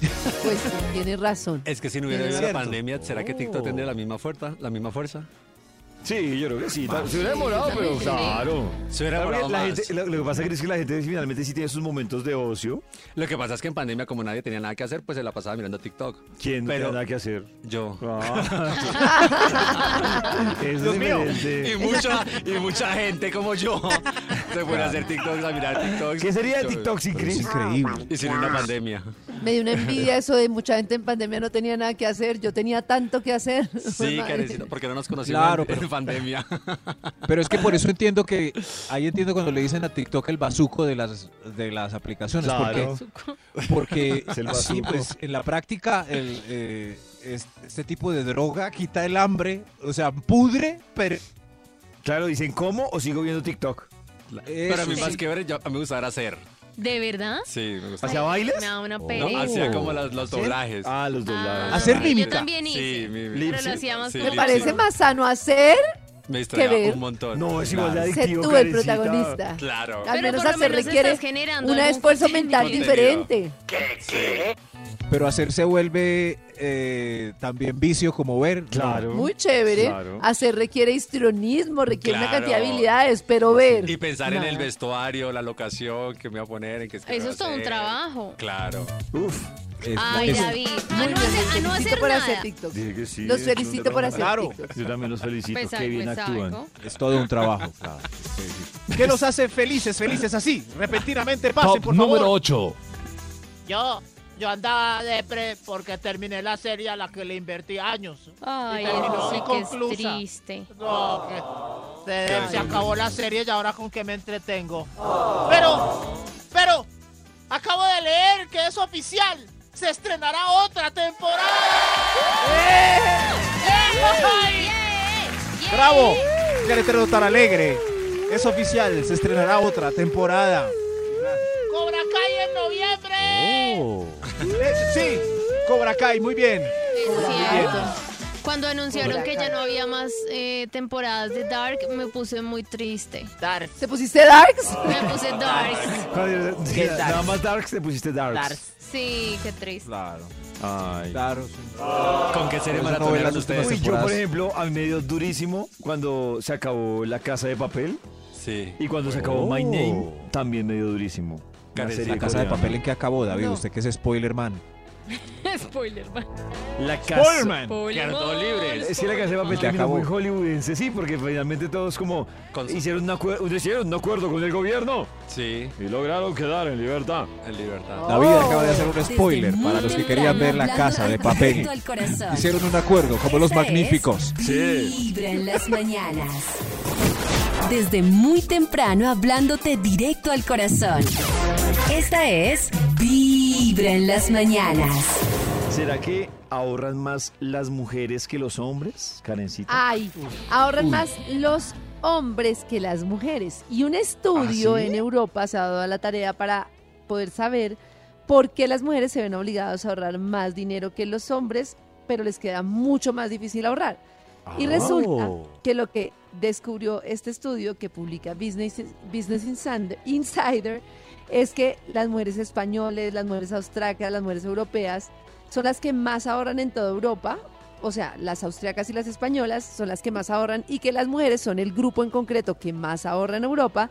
[SPEAKER 9] pues sí, tienes razón.
[SPEAKER 8] Es que si no hubiera
[SPEAKER 4] Es
[SPEAKER 8] habido la
[SPEAKER 4] cierto.
[SPEAKER 8] pandemia, ¿será que TikTok
[SPEAKER 4] Oh.
[SPEAKER 8] tendría la misma fuerza? ¿La misma fuerza?
[SPEAKER 2] Sí, yo creo que sí. Se hubiera demorado, pero claro.
[SPEAKER 8] Se hubiera
[SPEAKER 2] Claro,
[SPEAKER 8] demorado
[SPEAKER 2] la
[SPEAKER 8] más.
[SPEAKER 2] gente- lo, lo que pasa es que la gente finalmente sí tiene sus momentos de ocio.
[SPEAKER 8] Lo que pasa es que en pandemia, como nadie tenía nada que hacer, pues se la pasaba mirando TikTok.
[SPEAKER 2] ¿Quién no
[SPEAKER 8] Pero-
[SPEAKER 2] tiene nada que hacer?
[SPEAKER 8] Yo.
[SPEAKER 2] es
[SPEAKER 8] Dios mío.
[SPEAKER 2] diferente.
[SPEAKER 8] Y mucha, y mucha gente como yo se fue a hacer TikToks, a mirar TikToks.
[SPEAKER 2] ¿Qué sería de
[SPEAKER 8] Yo-
[SPEAKER 2] TikTok sin
[SPEAKER 4] Pero es
[SPEAKER 2] Chris?
[SPEAKER 4] increíble.
[SPEAKER 8] Y sin una pandemia.
[SPEAKER 9] Me dio una envidia eso de mucha gente en pandemia no tenía nada que hacer, yo tenía tanto que hacer.
[SPEAKER 8] Sí,
[SPEAKER 9] Madre.
[SPEAKER 8] Karencita, porque no nos conocimos
[SPEAKER 4] Claro,
[SPEAKER 8] en,
[SPEAKER 4] pero-
[SPEAKER 8] en pandemia.
[SPEAKER 4] Pero es que por eso entiendo que, ahí entiendo cuando le dicen a TikTok el bazuco de las, de las aplicaciones,
[SPEAKER 2] Claro.
[SPEAKER 4] porque,
[SPEAKER 2] Es el
[SPEAKER 4] porque sí,
[SPEAKER 2] bazuco.
[SPEAKER 4] pues, en la práctica el, eh, es- este tipo de droga quita el hambre, o sea, pudre, pero
[SPEAKER 2] Claro, dicen, ¿cómo o sigo viendo TikTok?
[SPEAKER 8] Pero a mí
[SPEAKER 4] Eso
[SPEAKER 8] más
[SPEAKER 4] sí.
[SPEAKER 8] que ver, yo- a mí me gustaba era hacer.
[SPEAKER 3] ¿De verdad?
[SPEAKER 8] Sí, me gustaba.
[SPEAKER 2] ¿Hacia bailes?
[SPEAKER 3] Me da una
[SPEAKER 8] No,
[SPEAKER 3] pereza.
[SPEAKER 8] hacía como las- los
[SPEAKER 4] ¿Hacer?
[SPEAKER 8] doblajes.
[SPEAKER 2] Oh. Ah, los doblajes.
[SPEAKER 3] Ah,
[SPEAKER 4] Hacer
[SPEAKER 3] yo
[SPEAKER 4] mímica.
[SPEAKER 3] también
[SPEAKER 8] Sí,
[SPEAKER 3] hice.
[SPEAKER 8] mi- mi-
[SPEAKER 3] Pero lo hacíamos
[SPEAKER 8] Sí,
[SPEAKER 9] Me
[SPEAKER 8] sí,
[SPEAKER 9] parece
[SPEAKER 8] sí.
[SPEAKER 9] más sano hacer
[SPEAKER 8] Me distraía
[SPEAKER 9] ver.
[SPEAKER 8] un montón.
[SPEAKER 2] No, es igual de
[SPEAKER 8] Claro.
[SPEAKER 9] ser
[SPEAKER 2] adictivo,
[SPEAKER 9] tú el
[SPEAKER 2] Karencita.
[SPEAKER 9] protagonista.
[SPEAKER 8] Claro.
[SPEAKER 9] Al
[SPEAKER 3] Pero
[SPEAKER 9] menos
[SPEAKER 3] por lo
[SPEAKER 9] hacer
[SPEAKER 3] menos
[SPEAKER 9] requiere
[SPEAKER 3] estás generando
[SPEAKER 9] un
[SPEAKER 3] algún
[SPEAKER 9] esfuerzo mental
[SPEAKER 8] contenido.
[SPEAKER 9] diferente.
[SPEAKER 4] Pero hacer se vuelve eh, también vicio como ver. ¿no?
[SPEAKER 2] Claro.
[SPEAKER 9] Muy chévere.
[SPEAKER 2] Claro.
[SPEAKER 9] Hacer requiere histrionismo, requiere una
[SPEAKER 8] Claro. Pues
[SPEAKER 9] cantidad de habilidades, pero ver.
[SPEAKER 8] Y pensar en
[SPEAKER 9] Nada.
[SPEAKER 8] el vestuario, la locación que me voy a poner, en qué es que
[SPEAKER 3] Eso
[SPEAKER 8] voy a
[SPEAKER 3] es todo un
[SPEAKER 8] hacer.
[SPEAKER 3] trabajo.
[SPEAKER 8] Claro.
[SPEAKER 2] Uf,
[SPEAKER 4] Es-
[SPEAKER 3] Ay,
[SPEAKER 4] es-
[SPEAKER 3] David. A
[SPEAKER 9] Muy
[SPEAKER 3] no
[SPEAKER 9] bien,
[SPEAKER 3] hacer,
[SPEAKER 9] los
[SPEAKER 3] a no
[SPEAKER 9] felicito
[SPEAKER 3] hacer
[SPEAKER 9] por
[SPEAKER 3] nada.
[SPEAKER 9] hacer TikTok.
[SPEAKER 2] dije que sí.
[SPEAKER 9] Los
[SPEAKER 2] es un
[SPEAKER 9] felicito por
[SPEAKER 2] drama.
[SPEAKER 9] hacer
[SPEAKER 4] Claro.
[SPEAKER 9] TikTok.
[SPEAKER 2] Yo también los felicito,
[SPEAKER 3] Pues
[SPEAKER 2] qué
[SPEAKER 3] algo
[SPEAKER 2] bien
[SPEAKER 3] es
[SPEAKER 2] actúan.
[SPEAKER 3] algo.
[SPEAKER 4] es todo un trabajo. claro.
[SPEAKER 14] ¿Qué los hace felices, felices así? Repentinamente
[SPEAKER 15] Top número 8.
[SPEAKER 10] Yo, yo andaba depre porque terminé la serie a la que le invertí años.
[SPEAKER 3] Ay,
[SPEAKER 10] Y terminó
[SPEAKER 3] eso sí que es
[SPEAKER 10] inconclusa.
[SPEAKER 3] triste.
[SPEAKER 10] No, que se, se acabó la serie y ahora con que me entretengo. Pero, pero, acabo de leer que es oficial. Se estrenará otra temporada. ¡Eh, ¡Ay!
[SPEAKER 4] ¡Bravo! Querétaro tan alegre. Es oficial, se estrenará otra temporada.
[SPEAKER 10] Cobra Kai en noviembre.
[SPEAKER 2] Oh.
[SPEAKER 4] Eh, Sí, Cobra Kai, muy bien.
[SPEAKER 3] Es cierto. Cuando anunciaron
[SPEAKER 9] Hola,
[SPEAKER 3] que ya
[SPEAKER 9] Karen.
[SPEAKER 3] no había más eh, temporadas de Dark, me puse muy triste.
[SPEAKER 10] Dark.
[SPEAKER 9] ¿Te pusiste Oh. darks?
[SPEAKER 3] Me puse Dark.
[SPEAKER 10] ¿Qué darks?
[SPEAKER 2] Nada más Darks te pusiste Darks.
[SPEAKER 3] Sí, qué triste.
[SPEAKER 2] Claro. Ay.
[SPEAKER 8] ¿Con qué serie
[SPEAKER 2] Por eso
[SPEAKER 8] maratonearon
[SPEAKER 2] veo las
[SPEAKER 8] ustedes?
[SPEAKER 2] últimas Uy, yo, por ejemplo, a mí me dio durísimo cuando se acabó La Casa de Papel.
[SPEAKER 8] Sí.
[SPEAKER 2] Y cuando se
[SPEAKER 8] Oh.
[SPEAKER 2] acabó My Name, también me dio durísimo. Una
[SPEAKER 8] Karen,
[SPEAKER 2] serie
[SPEAKER 4] La casa de
[SPEAKER 2] coreana.
[SPEAKER 4] papel en que acabó, David.
[SPEAKER 2] No.
[SPEAKER 4] Usted que es spoiler man.
[SPEAKER 3] Spoiler.
[SPEAKER 2] La
[SPEAKER 4] Spoilman.
[SPEAKER 2] casa.
[SPEAKER 8] Quedó libre.
[SPEAKER 2] Es que la casa de papel
[SPEAKER 4] Ya
[SPEAKER 2] terminó
[SPEAKER 4] acabó.
[SPEAKER 2] muy hollywoodense, sí, porque finalmente todos como hicieron, un acuerdo, hicieron un acuerdo con el gobierno.
[SPEAKER 8] Sí.
[SPEAKER 2] Y lograron quedar en libertad.
[SPEAKER 8] En libertad.
[SPEAKER 4] David acaba de hacer un spoiler para los que querían ver la casa de papel.
[SPEAKER 1] al corazón.
[SPEAKER 4] Hicieron un acuerdo, como los
[SPEAKER 1] Esa es
[SPEAKER 4] magníficos.
[SPEAKER 1] Vibra en las mañanas. Desde muy temprano hablándote directo al corazón. Esta es Vibra en las mañanas.
[SPEAKER 2] ¿Será que ahorran más las mujeres que los hombres, Karencita?
[SPEAKER 9] Ay, ahorran
[SPEAKER 2] Uy.
[SPEAKER 9] más los hombres que las mujeres. Y un estudio
[SPEAKER 2] ¿Ah, sí?
[SPEAKER 9] en Europa se ha dado a la tarea para poder saber por qué las mujeres se ven obligadas a ahorrar más dinero que los hombres, pero les queda mucho más difícil ahorrar. Y
[SPEAKER 17] Ah.
[SPEAKER 9] resulta que lo que descubrió este estudio que publica Business, Business Insider, Insider es que las mujeres españoles, las mujeres austriacas, las mujeres europeas son las que más ahorran en toda Europa. O sea, las austriacas y las españolas son las que más ahorran y que las mujeres son el grupo en concreto que más ahorra en Europa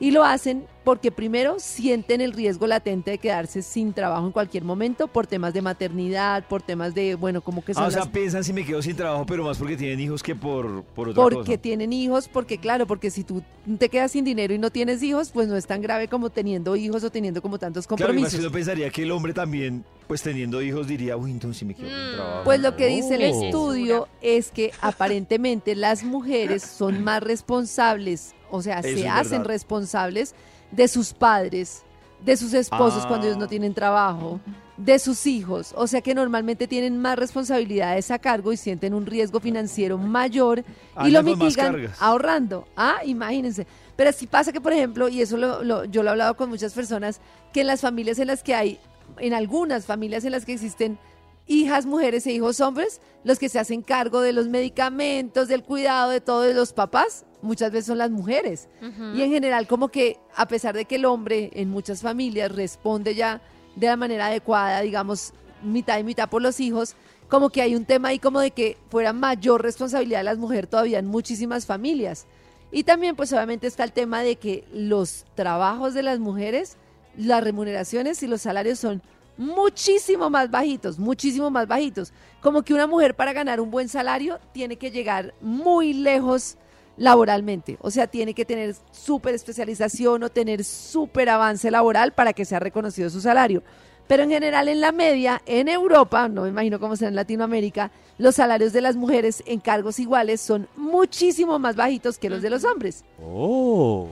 [SPEAKER 9] y lo hacen porque primero sienten el riesgo latente de quedarse sin trabajo en cualquier momento por temas de maternidad, por temas de, bueno, como que son
[SPEAKER 2] Ah, o sea,
[SPEAKER 9] las
[SPEAKER 2] piensan si me quedo sin trabajo, pero más porque tienen hijos que por, por otra
[SPEAKER 9] porque
[SPEAKER 2] cosa.
[SPEAKER 9] tienen hijos, porque claro, porque si tú te quedas sin dinero y no tienes hijos, pues no es tan grave como teniendo hijos o teniendo como tantos
[SPEAKER 2] Claro, además que
[SPEAKER 9] compromisos.
[SPEAKER 2] uno pensaría que el hombre también, pues teniendo hijos, diría, uy, entonces si me quedo sin trabajo.
[SPEAKER 9] Pues lo que dice el
[SPEAKER 2] Oh.
[SPEAKER 9] estudio es que aparentemente las mujeres son más responsables, o sea,
[SPEAKER 2] Eso
[SPEAKER 9] se
[SPEAKER 2] es
[SPEAKER 9] hacen
[SPEAKER 2] verdad.
[SPEAKER 9] responsables de sus padres, de sus esposos
[SPEAKER 17] Ah.
[SPEAKER 9] cuando ellos no tienen trabajo, de sus hijos, o sea que normalmente tienen más responsabilidades a cargo y sienten un riesgo financiero mayor y lo
[SPEAKER 17] Andan con más
[SPEAKER 9] mitigan
[SPEAKER 17] cargas.
[SPEAKER 9] ahorrando. Ah, imagínense. Pero sí pasa que, por ejemplo, y eso lo- lo- yo lo he hablado con muchas personas, que en las familias en las que hay, en algunas familias en las que existen hijas, mujeres e hijos hombres, los que se hacen cargo de los medicamentos, del cuidado, de todo, de los papás, muchas veces son las mujeres.
[SPEAKER 17] Ujú.
[SPEAKER 9] Y en general, como que a pesar de que el hombre en muchas familias responde ya de la manera adecuada, digamos, mitad y mitad por los hijos, como que hay un tema ahí como de que fuera mayor responsabilidad de las mujeres todavía en muchísimas familias. Y también, pues obviamente está el tema de que los trabajos de las mujeres, las remuneraciones y los salarios son muchísimo más bajitos, muchísimo más bajitos. Como que una mujer para ganar un buen salario tiene que llegar muy lejos laboralmente. O sea, tiene que tener súper especialización o tener súper avance laboral para que sea reconocido su salario. Pero en general, en la media, en Europa, no me imagino cómo será en Latinoamérica, los salarios de las mujeres en cargos iguales son muchísimo más bajitos que los de los hombres.
[SPEAKER 2] Oh.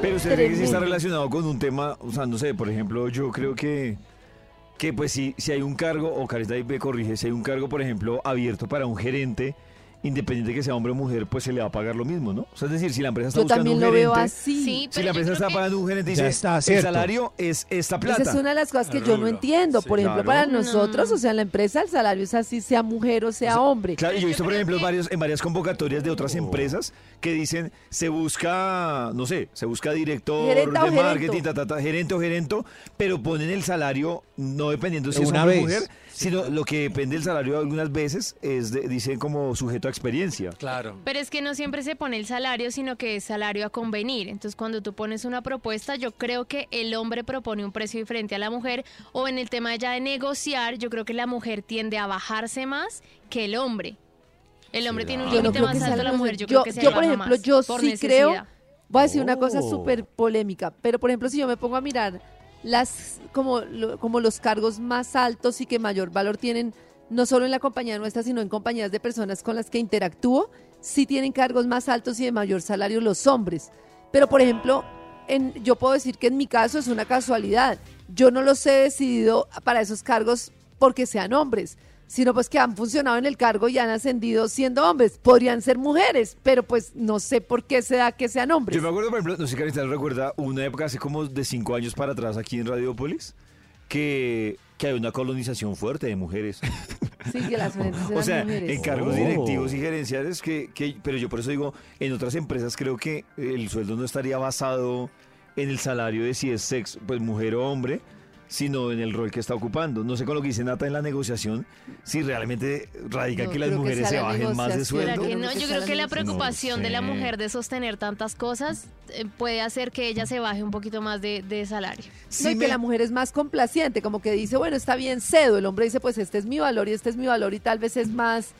[SPEAKER 2] Pero usted cree que sí está
[SPEAKER 9] Mm, Tremendo.
[SPEAKER 2] relacionado con un tema, o sea, no sé, por ejemplo, yo creo que, que pues si, si hay un cargo, o Carita ahí me corrige, si hay un cargo, por ejemplo, abierto para un gerente, independiente que sea hombre o mujer, pues se le va a pagar lo mismo, ¿no? O sea, es decir, si la empresa está
[SPEAKER 9] Yo
[SPEAKER 2] buscando
[SPEAKER 9] también
[SPEAKER 2] un
[SPEAKER 9] lo
[SPEAKER 2] gerente,
[SPEAKER 9] veo así. Sí,
[SPEAKER 2] si la empresa está pagando un gerente,
[SPEAKER 4] Ya
[SPEAKER 2] dice,
[SPEAKER 4] está,
[SPEAKER 2] el
[SPEAKER 4] cierto.
[SPEAKER 2] salario es esta plata.
[SPEAKER 9] Esa es una de las cosas que
[SPEAKER 2] El
[SPEAKER 9] yo no
[SPEAKER 2] rubro.
[SPEAKER 9] entiendo.
[SPEAKER 2] Sí,
[SPEAKER 9] por ejemplo,
[SPEAKER 2] claro.
[SPEAKER 9] para nosotros, o sea, en la empresa el salario es así, sea mujer o sea hombre.
[SPEAKER 2] Claro, y yo he visto, por ejemplo, varios, en varias convocatorias de otras empresas que dicen, se busca, no sé, se busca director
[SPEAKER 9] Gerenta o
[SPEAKER 2] de
[SPEAKER 9] gerento.
[SPEAKER 2] marketing, ta, ta, ta, gerente o gerento, pero ponen el salario, no dependiendo si es
[SPEAKER 4] Una
[SPEAKER 2] hombre o
[SPEAKER 4] vez.
[SPEAKER 2] mujer, sino lo que depende del salario algunas veces es, de- dicen como sujeto a experiencia.
[SPEAKER 8] Claro.
[SPEAKER 3] Pero es que no siempre se pone el salario, sino que es salario a convenir. Entonces, cuando tú pones una propuesta, yo creo que el hombre propone un precio diferente a la mujer. O en el tema ya de negociar, yo creo que la mujer tiende a bajarse más que el hombre. El hombre tiene un
[SPEAKER 9] Yo no
[SPEAKER 3] límite
[SPEAKER 9] creo
[SPEAKER 3] más
[SPEAKER 9] que sea
[SPEAKER 3] alto, la
[SPEAKER 9] algo-
[SPEAKER 3] mujer
[SPEAKER 9] yo,
[SPEAKER 3] yo, creo que se
[SPEAKER 9] yo, por
[SPEAKER 3] baja
[SPEAKER 9] ejemplo,
[SPEAKER 3] más
[SPEAKER 9] yo
[SPEAKER 3] por
[SPEAKER 9] sí creo,
[SPEAKER 3] necesidad.
[SPEAKER 9] voy a decir una cosa
[SPEAKER 17] Oh.
[SPEAKER 9] súper polémica, pero por ejemplo, si yo me pongo a mirar las como, lo- como los cargos más altos y que mayor valor tienen, no solo en la compañía nuestra, sino en compañías de personas con las que interactúo, sí tienen cargos más altos y de mayor salario los hombres. Pero por ejemplo, en, yo puedo decir que en mi caso es una casualidad. Yo no los he decidido para esos cargos porque sean hombres, sino pues que han funcionado en el cargo y han ascendido siendo hombres. Podrían ser mujeres, pero pues no sé por qué se da que sean hombres.
[SPEAKER 2] Yo me acuerdo, por ejemplo, no sé si Carita recuerda una época hace como de cinco años para atrás aquí en Radiopolis, que, que hay una colonización fuerte de mujeres.
[SPEAKER 9] Sí, que las gerentes
[SPEAKER 2] O
[SPEAKER 9] eran
[SPEAKER 2] sea,
[SPEAKER 9] mujeres.
[SPEAKER 2] encargos
[SPEAKER 9] Oh.
[SPEAKER 2] directivos y gerenciales que, que- pero yo por eso digo, en otras empresas creo que el sueldo no estaría basado en el salario de si es sexo, pues mujer o hombre, sino en el rol que está ocupando. No sé con lo que dice Nata en la negociación, si realmente radica
[SPEAKER 3] No,
[SPEAKER 2] que las
[SPEAKER 3] creo que
[SPEAKER 2] mujeres
[SPEAKER 3] sea
[SPEAKER 2] se
[SPEAKER 3] la
[SPEAKER 2] bajen más de
[SPEAKER 3] ¿Será
[SPEAKER 2] sueldo.
[SPEAKER 3] que no? yo creo que la preocupación
[SPEAKER 2] No
[SPEAKER 3] de la
[SPEAKER 2] sé.
[SPEAKER 3] mujer de sostener tantas cosas eh, puede hacer que ella se baje un poquito más de, de salario.
[SPEAKER 9] no, y que la mujer es más complaciente, como que dice, bueno, está bien, cedo. El hombre dice, pues este es mi valor y este es mi valor y tal vez es más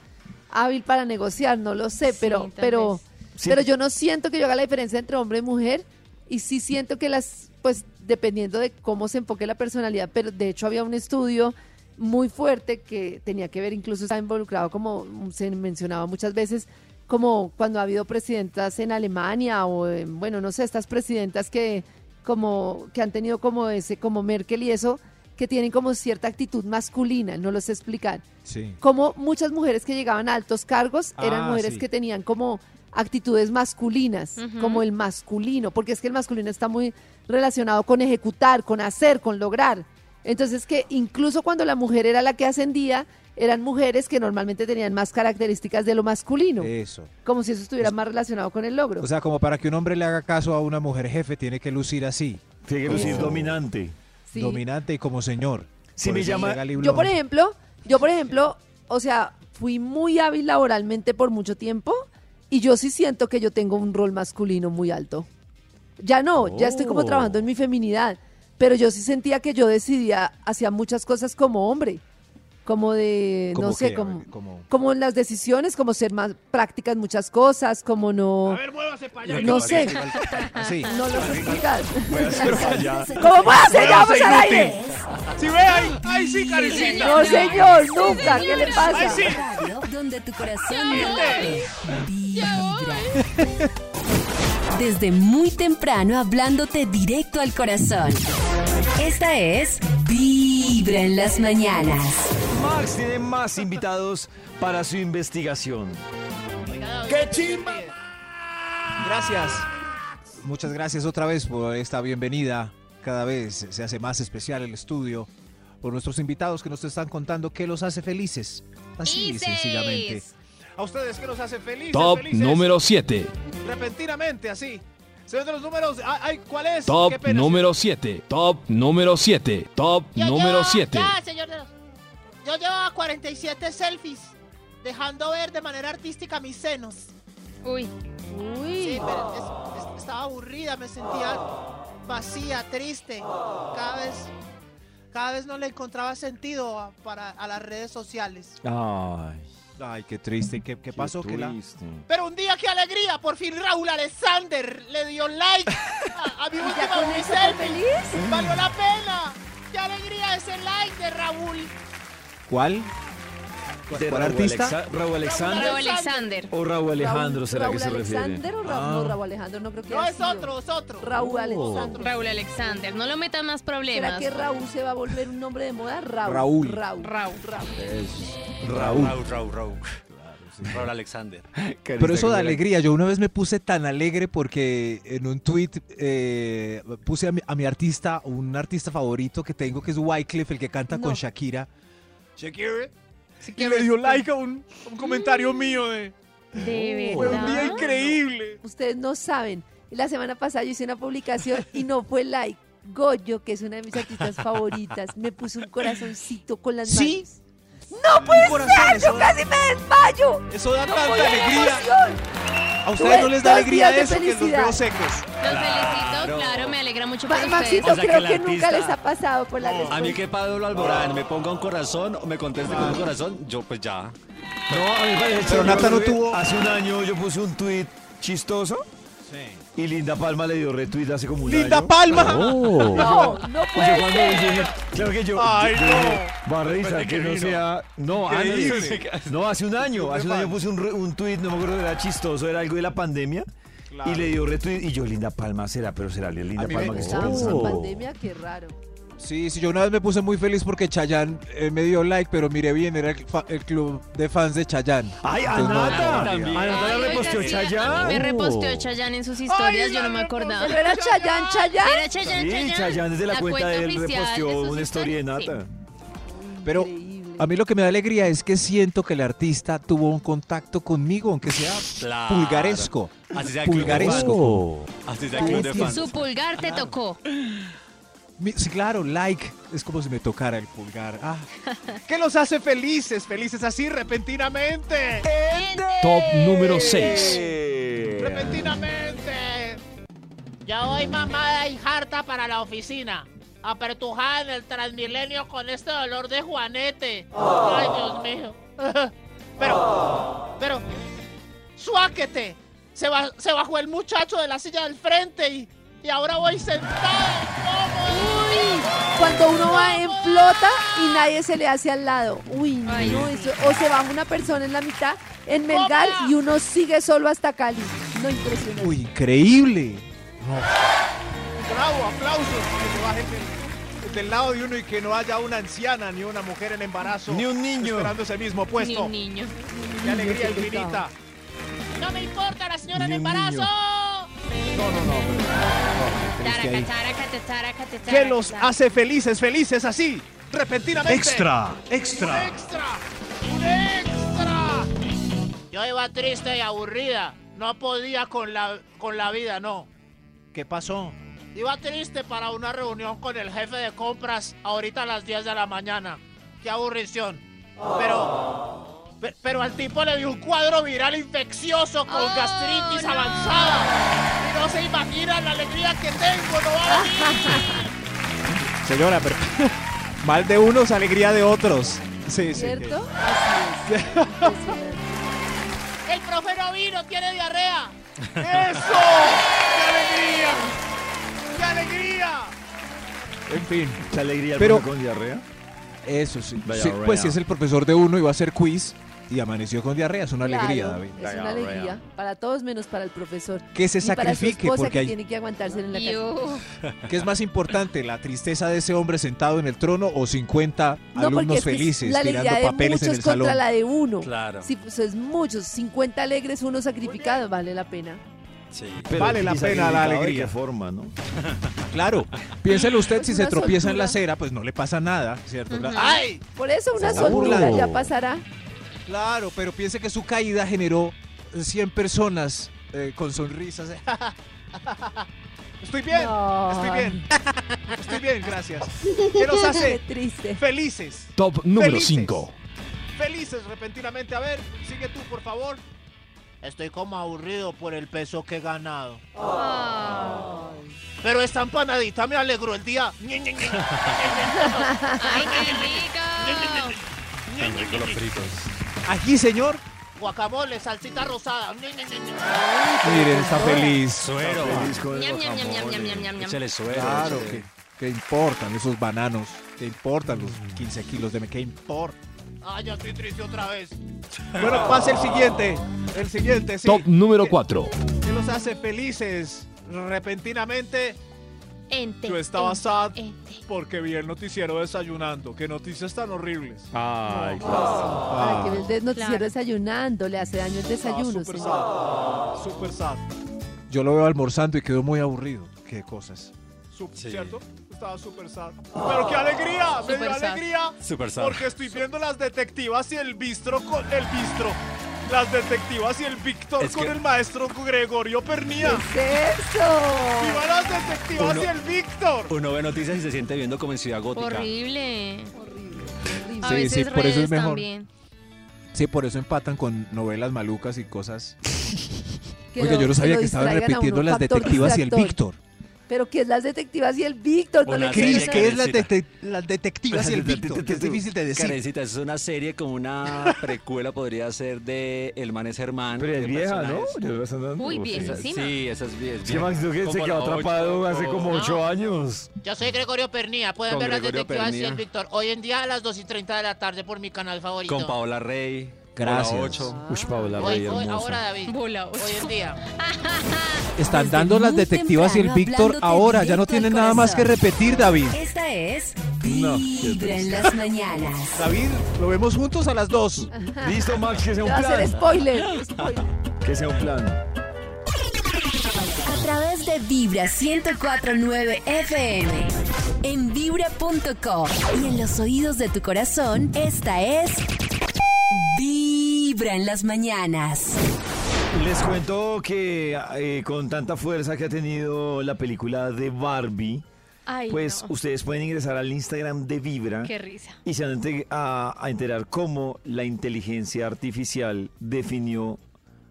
[SPEAKER 9] hábil para negociar, no lo sé, pero, pero,
[SPEAKER 2] Sí.
[SPEAKER 9] pero yo no siento que yo haga la diferencia entre hombre y mujer y sí siento que las, pues dependiendo de cómo se enfoque la personalidad, pero de hecho había un estudio muy fuerte que tenía que ver, incluso está involucrado, como se mencionaba muchas veces, como cuando ha habido presidentas en Alemania o, en, bueno, no sé, estas presidentas que, como, que han tenido como ese, como Merkel y eso, que tienen como cierta actitud masculina, no los explican
[SPEAKER 11] Sí.
[SPEAKER 9] como muchas mujeres que llegaban a altos cargos eran
[SPEAKER 11] Ah,
[SPEAKER 9] mujeres
[SPEAKER 11] sí.
[SPEAKER 9] que tenían como actitudes masculinas,
[SPEAKER 17] Ujú.
[SPEAKER 9] como el masculino, porque es que el masculino está muy relacionado con ejecutar, con hacer, con lograr. Entonces que incluso cuando la mujer era la que ascendía, eran mujeres que normalmente tenían más características de lo masculino,
[SPEAKER 4] Eso.
[SPEAKER 9] como si eso estuviera más relacionado con el logro.
[SPEAKER 4] Pues, O sea, como para que un hombre le haga caso a una mujer jefe, tiene que lucir así. Oh.
[SPEAKER 2] Tiene que lucir dominante.
[SPEAKER 9] Sí.
[SPEAKER 4] Dominante y como señor.
[SPEAKER 2] Sí,
[SPEAKER 4] Por
[SPEAKER 2] me
[SPEAKER 4] eso
[SPEAKER 2] llama-
[SPEAKER 4] llega Lily
[SPEAKER 9] Yo, por
[SPEAKER 4] Blanc.
[SPEAKER 9] ejemplo, yo, por ejemplo, o sea, fui muy hábil laboralmente por mucho tiempo y yo sí siento que yo tengo un rol masculino muy alto. Ya no, ya estoy como
[SPEAKER 18] Oh.
[SPEAKER 9] trabajando en mi feminidad, pero yo sí sentía que yo decidía hacia muchas cosas como hombre, como de,
[SPEAKER 4] ¿Cómo
[SPEAKER 9] no sé,
[SPEAKER 4] qué? A ver,
[SPEAKER 9] como,
[SPEAKER 4] ¿cómo?
[SPEAKER 9] como en las decisiones, como ser más práctica en muchas cosas, como no... No sé.
[SPEAKER 4] Así.
[SPEAKER 9] No lo sé explicar.
[SPEAKER 4] ¿Cómo
[SPEAKER 9] ¿Cómo puedo hacer? Ya vamos al aire.
[SPEAKER 18] Si ve ahí, ahí sí, carecita.
[SPEAKER 9] carecita. No, señor, nunca, ¿qué le pasa?
[SPEAKER 18] Ahí sí.
[SPEAKER 1] Radio donde tu corazón
[SPEAKER 18] Ya
[SPEAKER 1] late. Vibra. Desde muy temprano hablándote directo al corazón. Esta es Vibra en las mañanas.
[SPEAKER 2] Max tiene más invitados para su investigación.
[SPEAKER 11] ¡Qué chimba! Gracias.
[SPEAKER 4] Muchas gracias otra vez por esta bienvenida. Cada vez se hace más especial el estudio por nuestros invitados que nos están contando qué los hace felices. Así sencillamente.
[SPEAKER 11] A ustedes que los hace felices.
[SPEAKER 12] Top
[SPEAKER 11] felices.
[SPEAKER 12] número 7.
[SPEAKER 11] Repentinamente, así. Señor de los números, ah, ay, ¿cuál es?
[SPEAKER 12] Top
[SPEAKER 11] Qué pena,
[SPEAKER 12] número 7. Top número 7. Top número 7.
[SPEAKER 18] Ya, señor de los- Yo llevaba 47 selfies, dejando ver de manera artística mis senos. Uy. Sí, pero es- es- estaba aburrida, me sentía vacía, triste. Cada vez, cada vez no le encontraba sentido a, para, a las redes sociales.
[SPEAKER 2] Ay,
[SPEAKER 4] Ay, qué triste. ¿Qué, qué pasó? que la-
[SPEAKER 18] Pero un día, qué alegría, por fin Raúl Alexander le dio like a, a mi última
[SPEAKER 9] con eso fue
[SPEAKER 18] selfie.
[SPEAKER 9] feliz?
[SPEAKER 18] Valió la pena. Qué alegría ese like de Raúl.
[SPEAKER 4] ¿Cuál? ¿Cuál,
[SPEAKER 2] ¿De
[SPEAKER 4] cuál
[SPEAKER 2] Raúl
[SPEAKER 4] artista?
[SPEAKER 2] Alexa- Raúl Alexander?
[SPEAKER 3] Raúl Alexander.
[SPEAKER 2] ¿O Raúl Alejandro será
[SPEAKER 9] Raúl
[SPEAKER 2] que se refiere? Ah.
[SPEAKER 9] Alexander o Ra-
[SPEAKER 4] Ah.
[SPEAKER 9] no, Raúl Alejandro, no creo que
[SPEAKER 18] No,
[SPEAKER 9] haya
[SPEAKER 18] es
[SPEAKER 9] sido.
[SPEAKER 18] otro, es otro. Uh.
[SPEAKER 9] Raúl
[SPEAKER 2] Oh.
[SPEAKER 9] Alexandro.
[SPEAKER 3] Raúl Alexander, no lo metan más
[SPEAKER 9] ¿Será
[SPEAKER 3] problemas.
[SPEAKER 9] que Raúl se va a volver un nombre de moda? Raúl.
[SPEAKER 4] Raúl.
[SPEAKER 9] Raúl. Raúl.
[SPEAKER 2] Raúl.
[SPEAKER 8] Raúl, Raúl, Raúl. Raúl Alexander.
[SPEAKER 4] Pero eso da alegría. Yo una vez me puse tan alegre porque en un tweet eh, puse a mi, a mi artista, un artista favorito que tengo, que es Wyclef, el que canta con Shakira.
[SPEAKER 11] Shakira. Y le dio like a un, a un comentario mío de.
[SPEAKER 9] De
[SPEAKER 11] Fue un
[SPEAKER 9] verdad.
[SPEAKER 11] día increíble.
[SPEAKER 9] Ustedes no saben. La semana pasada yo hice una publicación y no fue like. Goyo, que es una de mis artistas favoritas, me puso un corazoncito con las manos.
[SPEAKER 11] ¿Sí?
[SPEAKER 9] ¡No puede
[SPEAKER 11] corazón,
[SPEAKER 9] ser!
[SPEAKER 11] eso
[SPEAKER 9] ¡Yo
[SPEAKER 11] da-
[SPEAKER 9] casi me desmayo!
[SPEAKER 11] Eso da
[SPEAKER 9] No
[SPEAKER 11] tanta
[SPEAKER 9] podía la
[SPEAKER 11] alegría.
[SPEAKER 9] emoción.
[SPEAKER 11] A ustedes no les da
[SPEAKER 9] Dos
[SPEAKER 11] alegría
[SPEAKER 9] días de
[SPEAKER 11] eso que los
[SPEAKER 9] felicidad.
[SPEAKER 11] veo secos.
[SPEAKER 3] Los felicito, claro, me alegra mucho por
[SPEAKER 9] Ma- Maxito,
[SPEAKER 3] ustedes.
[SPEAKER 8] O sea, que
[SPEAKER 9] creo
[SPEAKER 8] la
[SPEAKER 9] que, nunca
[SPEAKER 8] artista-
[SPEAKER 9] les ha pasado por la
[SPEAKER 8] A mí
[SPEAKER 9] respuesta.
[SPEAKER 8] que Pablo Alborán me ponga un corazón o me conteste con un corazón, yo pues ya.
[SPEAKER 2] No, a mí me parece
[SPEAKER 8] Pero
[SPEAKER 2] chévere.
[SPEAKER 8] Nata no
[SPEAKER 2] tuvo. Hace un año yo puse un tweet chistoso. Y Linda Palma le dio retweet hace como un año.
[SPEAKER 11] ¡Linda Palma!
[SPEAKER 2] Oh.
[SPEAKER 11] No, no
[SPEAKER 2] Yo
[SPEAKER 11] puede
[SPEAKER 2] cuando
[SPEAKER 11] ser.
[SPEAKER 2] dije, Claro que yo.
[SPEAKER 11] Ay,
[SPEAKER 2] yo
[SPEAKER 11] no.
[SPEAKER 2] dije, Va a revisar
[SPEAKER 11] Espérate
[SPEAKER 2] que
[SPEAKER 11] que
[SPEAKER 2] no
[SPEAKER 11] vino.
[SPEAKER 2] sea. No,
[SPEAKER 11] ¿Qué
[SPEAKER 2] antes.
[SPEAKER 11] dice?
[SPEAKER 2] No, hace un año. Hace un año puse un, re- un tweet, no me acuerdo, era chistoso, era algo de la pandemia. Y le dio retweet. Y yo, Linda Palma será, pero será Linda
[SPEAKER 4] mí me
[SPEAKER 2] Palma que está
[SPEAKER 4] gustaba.
[SPEAKER 2] pensando.
[SPEAKER 4] Oh.
[SPEAKER 9] Pandemia, qué raro.
[SPEAKER 4] Sí, sí, yo una vez me puse muy feliz porque Chayanne eh, me dio like, pero mire bien, era el, fa- el club de fans de Chayanne.
[SPEAKER 2] ¡Ay, a
[SPEAKER 4] Entonces, no,
[SPEAKER 2] Nata!
[SPEAKER 4] no, no, no.
[SPEAKER 2] A Nata
[SPEAKER 3] Ay,
[SPEAKER 2] la
[SPEAKER 3] oiga,
[SPEAKER 2] reposteó
[SPEAKER 3] sí, a- a mí
[SPEAKER 8] uh.
[SPEAKER 2] Chayanne.
[SPEAKER 3] Me reposteó Chayanne en sus historias, yo no me acordaba.
[SPEAKER 9] ¿Pero era Chayanne, Chayanne?
[SPEAKER 3] Era Chayanne,
[SPEAKER 2] Sí,
[SPEAKER 3] Chayanne.
[SPEAKER 2] Chayanne desde la, cuenta, de él
[SPEAKER 3] oficial
[SPEAKER 2] reposteó
[SPEAKER 3] de sus
[SPEAKER 2] una historia de
[SPEAKER 3] historias, sí.
[SPEAKER 2] Nata.
[SPEAKER 4] Pero A mí lo que me da alegría es que siento que el artista tuvo un contacto conmigo, aunque sea
[SPEAKER 8] Claro.
[SPEAKER 4] pulgaresco.
[SPEAKER 8] Así sea club de
[SPEAKER 4] pulgaresco.
[SPEAKER 8] Así sea club de fans.
[SPEAKER 3] Su pulgar te tocó.
[SPEAKER 4] Mi- Sí, claro, like. Es como si me tocara el pulgar. Ah,
[SPEAKER 14] ¿Qué los hace felices? Felices así repentinamente.
[SPEAKER 13] Top número 6.
[SPEAKER 14] Repentinamente.
[SPEAKER 10] Ya voy mamada y harta para la oficina. Apertujada en el Transmilenio con este dolor de juanete. Ay, Dios mío.
[SPEAKER 14] Pero, pero, suáquete. Se, ba- se bajó el muchacho de la silla del frente y, y ahora voy sentado.
[SPEAKER 9] Cuando uno va en flota y nadie se le hace al lado. Uy, no, eso- o se va una persona en la mitad en Melgar y uno sigue solo hasta Cali. No impresionante.
[SPEAKER 4] uy, increíble.
[SPEAKER 14] Bravo, aplausos. Que se bajen del, del lado de uno y que no haya una anciana ni una mujer en embarazo. Ni un niño. Esperando ese mismo puesto.
[SPEAKER 10] Ni un niño.
[SPEAKER 14] Qué alegría infinita.
[SPEAKER 10] No me importa la señora en
[SPEAKER 14] Ni un niño.
[SPEAKER 10] embarazo.
[SPEAKER 14] ahí.
[SPEAKER 3] Taracate, taracate,
[SPEAKER 14] ¿Qué los
[SPEAKER 3] taracata.
[SPEAKER 14] hace felices, felices así? Repentinamente.
[SPEAKER 13] Extra, extra.
[SPEAKER 14] Un extra. Un extra.
[SPEAKER 10] Yo iba triste y aburrida. No podía con la, con la vida, no.
[SPEAKER 4] ¿Qué pasó?
[SPEAKER 10] Iba triste para una reunión con el jefe de compras ahorita a las 10 de la mañana. Qué aburrición. Pero, pe- pero al tipo le dio un cuadro viral infeccioso con gastritis avanzada. Y no se imagina la alegría que tengo, no va a venir.
[SPEAKER 4] Señora, pero mal de unos, alegría de otros. Sí, sí.
[SPEAKER 10] ¿Cierto? El profe no vino, tiene diarrea.
[SPEAKER 14] ¡Eso! ¡Qué alegría! ¡Qué alegría!
[SPEAKER 4] En fin.
[SPEAKER 2] ¿Qué alegría el
[SPEAKER 4] Pero-
[SPEAKER 2] profe con diarrea?
[SPEAKER 4] Eso sí.
[SPEAKER 2] Vaya
[SPEAKER 4] Sí,
[SPEAKER 2] rea.
[SPEAKER 4] pues si es el profesor de uno, iba a hacer quiz y amaneció con diarrea. Es una alegría,
[SPEAKER 9] Claro,
[SPEAKER 4] David.
[SPEAKER 9] Es una alegría para todos menos para el profesor.
[SPEAKER 4] Que se
[SPEAKER 9] Y para su
[SPEAKER 4] sacrifique,
[SPEAKER 9] esposa
[SPEAKER 4] porque
[SPEAKER 9] que
[SPEAKER 4] hay-
[SPEAKER 9] tiene que aguantarse en la casa.
[SPEAKER 4] ¿Qué es más importante, la tristeza de ese hombre sentado en el trono o 50
[SPEAKER 9] No, porque
[SPEAKER 4] alumnos
[SPEAKER 9] es que es
[SPEAKER 4] felices
[SPEAKER 9] la
[SPEAKER 4] tirando
[SPEAKER 9] alegría de
[SPEAKER 4] papeles
[SPEAKER 9] muchos
[SPEAKER 4] en el
[SPEAKER 9] contra
[SPEAKER 4] salón?
[SPEAKER 9] la de uno.
[SPEAKER 4] Claro.
[SPEAKER 9] Si pues, es muchos, 50 alegres, uno sacrificado, vale la pena.
[SPEAKER 2] Pero
[SPEAKER 4] vale la pena la
[SPEAKER 2] y sacrificado de
[SPEAKER 4] alegría.
[SPEAKER 2] qué forma, ¿no?
[SPEAKER 4] Claro, piénselo usted, si se
[SPEAKER 9] una
[SPEAKER 4] tropieza en la
[SPEAKER 9] soltura.
[SPEAKER 4] acera, pues no le pasa nada, ¿cierto? Ah,
[SPEAKER 9] ¡Ay! Por eso una
[SPEAKER 4] Se está
[SPEAKER 9] soltura ya
[SPEAKER 4] burlando.
[SPEAKER 9] pasará.
[SPEAKER 4] Claro, pero piense que su caída generó 100 personas eh, con sonrisas.
[SPEAKER 14] Estoy bien, estoy bien. Estoy bien, gracias. ¿Qué los hace felices?
[SPEAKER 13] Top número
[SPEAKER 14] Felices.
[SPEAKER 13] 5.
[SPEAKER 14] Felices repentinamente. A ver, sigue tú, por favor.
[SPEAKER 10] Estoy como aburrido por el peso que he ganado. Pero esta empanadita me alegró el día.
[SPEAKER 3] Ay, qué rico.
[SPEAKER 8] Tan rico los fritos.
[SPEAKER 4] Aquí, señor,
[SPEAKER 10] Guacamole, salsita rosada.
[SPEAKER 4] miren, está feliz.
[SPEAKER 8] Suero.
[SPEAKER 4] Está feliz con-
[SPEAKER 3] Ñam, ñam, ñam, ñam, ñam, ñam, ñam, ñam.
[SPEAKER 8] Échale suero.
[SPEAKER 4] Claro,
[SPEAKER 8] échale.
[SPEAKER 4] que, que importan esos bananos, que importan los 15 kilos de me, que importa.
[SPEAKER 14] Ah,
[SPEAKER 10] Ay, ya estoy triste otra vez.
[SPEAKER 14] Bueno, pasa el siguiente. El siguiente, sí.
[SPEAKER 13] Top número 4.
[SPEAKER 14] ¿Qué los hace felices repentinamente?
[SPEAKER 3] Ente,
[SPEAKER 14] Yo estaba
[SPEAKER 3] ente,
[SPEAKER 14] sad
[SPEAKER 3] ente.
[SPEAKER 14] porque vi el noticiero desayunando. Qué noticias tan horribles. Ah.
[SPEAKER 2] Ay,
[SPEAKER 4] Ah.
[SPEAKER 9] Para que
[SPEAKER 2] claro.
[SPEAKER 9] el de- noticiero desayunando le hace daño el desayuno.
[SPEAKER 14] Super
[SPEAKER 9] sí.
[SPEAKER 14] sad. Super sad.
[SPEAKER 4] Yo lo veo almorzando y quedo muy aburrido. Qué cosas.
[SPEAKER 14] Sup- ¿Cierto? Estaba super sad. Pero qué alegría, me dio
[SPEAKER 8] Super sad.
[SPEAKER 14] alegría.
[SPEAKER 8] Super sad.
[SPEAKER 14] Porque estoy viendo las detectivas y el bistro con el bistro. Las detectivas y el Víctor
[SPEAKER 8] Es
[SPEAKER 14] con
[SPEAKER 8] que-
[SPEAKER 14] el maestro Gregorio Pernía.
[SPEAKER 9] ¿Qué es eso?
[SPEAKER 14] ¡Viva las detectivas
[SPEAKER 8] Uno-
[SPEAKER 14] y el Víctor!
[SPEAKER 8] Uno ve noticias y se siente viendo como en Ciudad Gótica.
[SPEAKER 3] Horrible. A
[SPEAKER 4] Sí,
[SPEAKER 3] veces
[SPEAKER 4] sí, por eso es
[SPEAKER 3] redes
[SPEAKER 4] mejor.
[SPEAKER 3] también.
[SPEAKER 4] Sí, por eso empatan con novelas malucas y cosas.
[SPEAKER 9] Que
[SPEAKER 4] Oiga,
[SPEAKER 9] lo-
[SPEAKER 4] yo no sabía
[SPEAKER 9] lo
[SPEAKER 4] que estaban
[SPEAKER 9] distraigan a
[SPEAKER 4] repitiendo
[SPEAKER 9] uno,
[SPEAKER 4] las
[SPEAKER 9] factor
[SPEAKER 4] detectivas y el
[SPEAKER 9] distractor.
[SPEAKER 4] Víctor.
[SPEAKER 9] Pero ¿qué es las detectivas y el Víctor? No
[SPEAKER 8] Una
[SPEAKER 9] le
[SPEAKER 8] serie
[SPEAKER 4] Cris,
[SPEAKER 9] creo.
[SPEAKER 8] que
[SPEAKER 4] ¿qué es las,
[SPEAKER 8] Karencita.
[SPEAKER 4] detec- las detectivas y el Víctor? Que Es difícil de decir.
[SPEAKER 8] Karencita, es una serie como una precuela, podría ser de El Man es Germán.
[SPEAKER 2] Pero es
[SPEAKER 8] de
[SPEAKER 2] vieja, ¿no?
[SPEAKER 8] personajes.
[SPEAKER 2] Yo esa no-
[SPEAKER 3] Uy,
[SPEAKER 2] o
[SPEAKER 3] bien,
[SPEAKER 2] sea,
[SPEAKER 8] Esa-
[SPEAKER 3] encima.
[SPEAKER 8] Sí, esa es bien.
[SPEAKER 2] Es que Max Duque se quedó atrapado hace como
[SPEAKER 4] Ah.
[SPEAKER 2] ocho años.
[SPEAKER 10] Yo soy Gregorio Pernía. Pueden
[SPEAKER 8] Con
[SPEAKER 10] ver las
[SPEAKER 8] Gregorio
[SPEAKER 10] detectivas y
[SPEAKER 8] Pernía.
[SPEAKER 10] el Víctor. Hoy en día a las 2 y 30 de la tarde por mi canal favorito.
[SPEAKER 8] Con Paola Rey.
[SPEAKER 4] Gracias.
[SPEAKER 8] Hola 8.
[SPEAKER 2] Uy, Paola
[SPEAKER 10] Hoy,
[SPEAKER 2] Rey,
[SPEAKER 10] hoy,
[SPEAKER 2] hermosa.
[SPEAKER 10] ahora, David. Hoy en día.
[SPEAKER 4] Están dando las
[SPEAKER 1] muy
[SPEAKER 4] detectivas y el
[SPEAKER 1] temprano,
[SPEAKER 4] Víctor
[SPEAKER 1] hablándote
[SPEAKER 4] ahora. Ya no
[SPEAKER 1] directo al
[SPEAKER 4] tienen nada más que
[SPEAKER 1] corazón.
[SPEAKER 4] repetir, David.
[SPEAKER 1] Esta es
[SPEAKER 4] No, qué
[SPEAKER 1] Vibra en
[SPEAKER 4] triste.
[SPEAKER 1] las mañanas.
[SPEAKER 4] David, lo vemos juntos a las dos.
[SPEAKER 2] Listo, Max, que sea
[SPEAKER 9] Te va
[SPEAKER 2] un
[SPEAKER 9] a hacer
[SPEAKER 2] plan.
[SPEAKER 9] spoiler. spoiler.
[SPEAKER 2] Que sea un plan.
[SPEAKER 1] A través de Vibra 104.9 FM en vibra.co y en los oídos de tu corazón, esta es Vibra en las mañanas.
[SPEAKER 2] Les cuento que eh, con tanta fuerza que ha tenido la película de Barbie,
[SPEAKER 3] Ay,
[SPEAKER 2] pues
[SPEAKER 3] no.
[SPEAKER 2] ustedes pueden ingresar al Instagram de Vibra
[SPEAKER 3] Qué risa.
[SPEAKER 2] y se van a ente- a, a enterar cómo la inteligencia artificial definió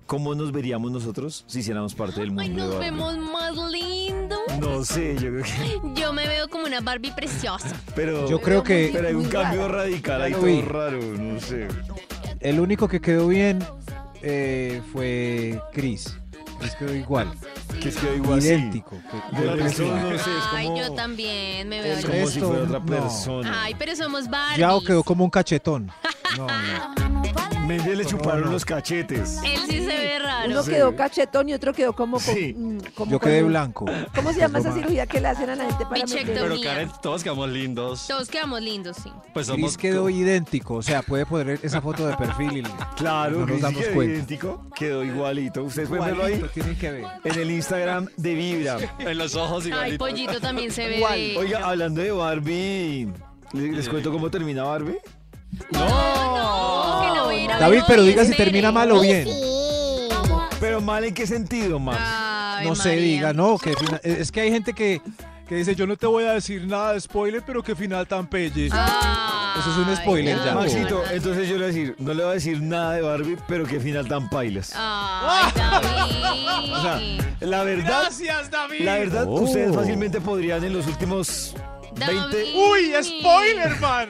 [SPEAKER 2] cómo nos veríamos nosotros si hiciéramos parte del mundo.
[SPEAKER 3] Ay,
[SPEAKER 2] de
[SPEAKER 3] nos
[SPEAKER 2] Barbie.
[SPEAKER 3] vemos más lindo.
[SPEAKER 2] No sé, yo creo que...
[SPEAKER 3] Yo me veo como una Barbie preciosa.
[SPEAKER 2] Pero,
[SPEAKER 4] Yo creo que-
[SPEAKER 2] Pero hay un
[SPEAKER 4] Muy
[SPEAKER 2] cambio
[SPEAKER 4] raro.
[SPEAKER 2] radical ahí
[SPEAKER 4] Ya lo
[SPEAKER 2] todo
[SPEAKER 4] vi.
[SPEAKER 2] raro, no sé.
[SPEAKER 4] El único que quedó bien eh, fue Chris. Chris quedó igual.
[SPEAKER 2] Chris quedó igual, sí.
[SPEAKER 4] Idéntico. que-
[SPEAKER 2] Del resto
[SPEAKER 4] idéntico.
[SPEAKER 2] no sé, es
[SPEAKER 3] Ay,
[SPEAKER 2] como-
[SPEAKER 3] yo también me veo
[SPEAKER 2] Es como si
[SPEAKER 4] Esto,
[SPEAKER 2] fuera otra
[SPEAKER 4] no.
[SPEAKER 2] persona.
[SPEAKER 3] Ay, pero somos Barbie.
[SPEAKER 4] Yao quedó como un cachetón.
[SPEAKER 2] Méndez le chuparon los cachetes.
[SPEAKER 3] Él sí se ve raro.
[SPEAKER 9] Uno quedó cachetón y otro quedó como con- mm, como
[SPEAKER 4] Yo
[SPEAKER 9] con
[SPEAKER 4] quedé
[SPEAKER 9] un-
[SPEAKER 4] blanco.
[SPEAKER 9] ¿Cómo se llama esa cirugía que le hacen a la gente para meter?
[SPEAKER 8] Pero Karen, todos quedamos lindos.
[SPEAKER 3] Todos quedamos lindos, sí.
[SPEAKER 8] Pues somos
[SPEAKER 4] Chris quedó idéntico. O sea, puede poner esa foto de perfil y
[SPEAKER 2] Claro,
[SPEAKER 4] no nos
[SPEAKER 2] Chris
[SPEAKER 4] damos
[SPEAKER 2] quedó
[SPEAKER 4] cuenta.
[SPEAKER 2] idéntico, quedó igualito. Ustedes pueden verlo ahí
[SPEAKER 4] Igualito, tienen que ver.
[SPEAKER 2] en el Instagram de Vibra.
[SPEAKER 8] en los ojos
[SPEAKER 3] Ay,
[SPEAKER 8] igualitos.
[SPEAKER 3] pollito también se ve. bello.
[SPEAKER 2] Oiga, hablando de Barbie, ¿les, les cuento cómo termina Barbie?
[SPEAKER 3] No, que lo viera,
[SPEAKER 4] David,
[SPEAKER 3] no,
[SPEAKER 4] pero
[SPEAKER 3] y
[SPEAKER 4] diga si
[SPEAKER 3] espere.
[SPEAKER 4] termina mal o bien.
[SPEAKER 2] Pero mal en qué sentido, Max.
[SPEAKER 4] No se diga, no, que fina- eh, es que hay gente que, que dice, yo no te voy a decir nada de spoiler, pero qué final tan pelle. Eso es un spoiler ya.
[SPEAKER 2] Maxito, eh, entonces yo le voy a decir, no le voy a decir nada de Barbie, pero qué final tan pailas.
[SPEAKER 3] Ay, David.
[SPEAKER 2] O sea, la verdad,
[SPEAKER 11] Gracias, David.
[SPEAKER 2] la verdad,
[SPEAKER 3] Oh.
[SPEAKER 2] ustedes fácilmente podrían en los últimos 20,
[SPEAKER 11] Uy, spoiler, man.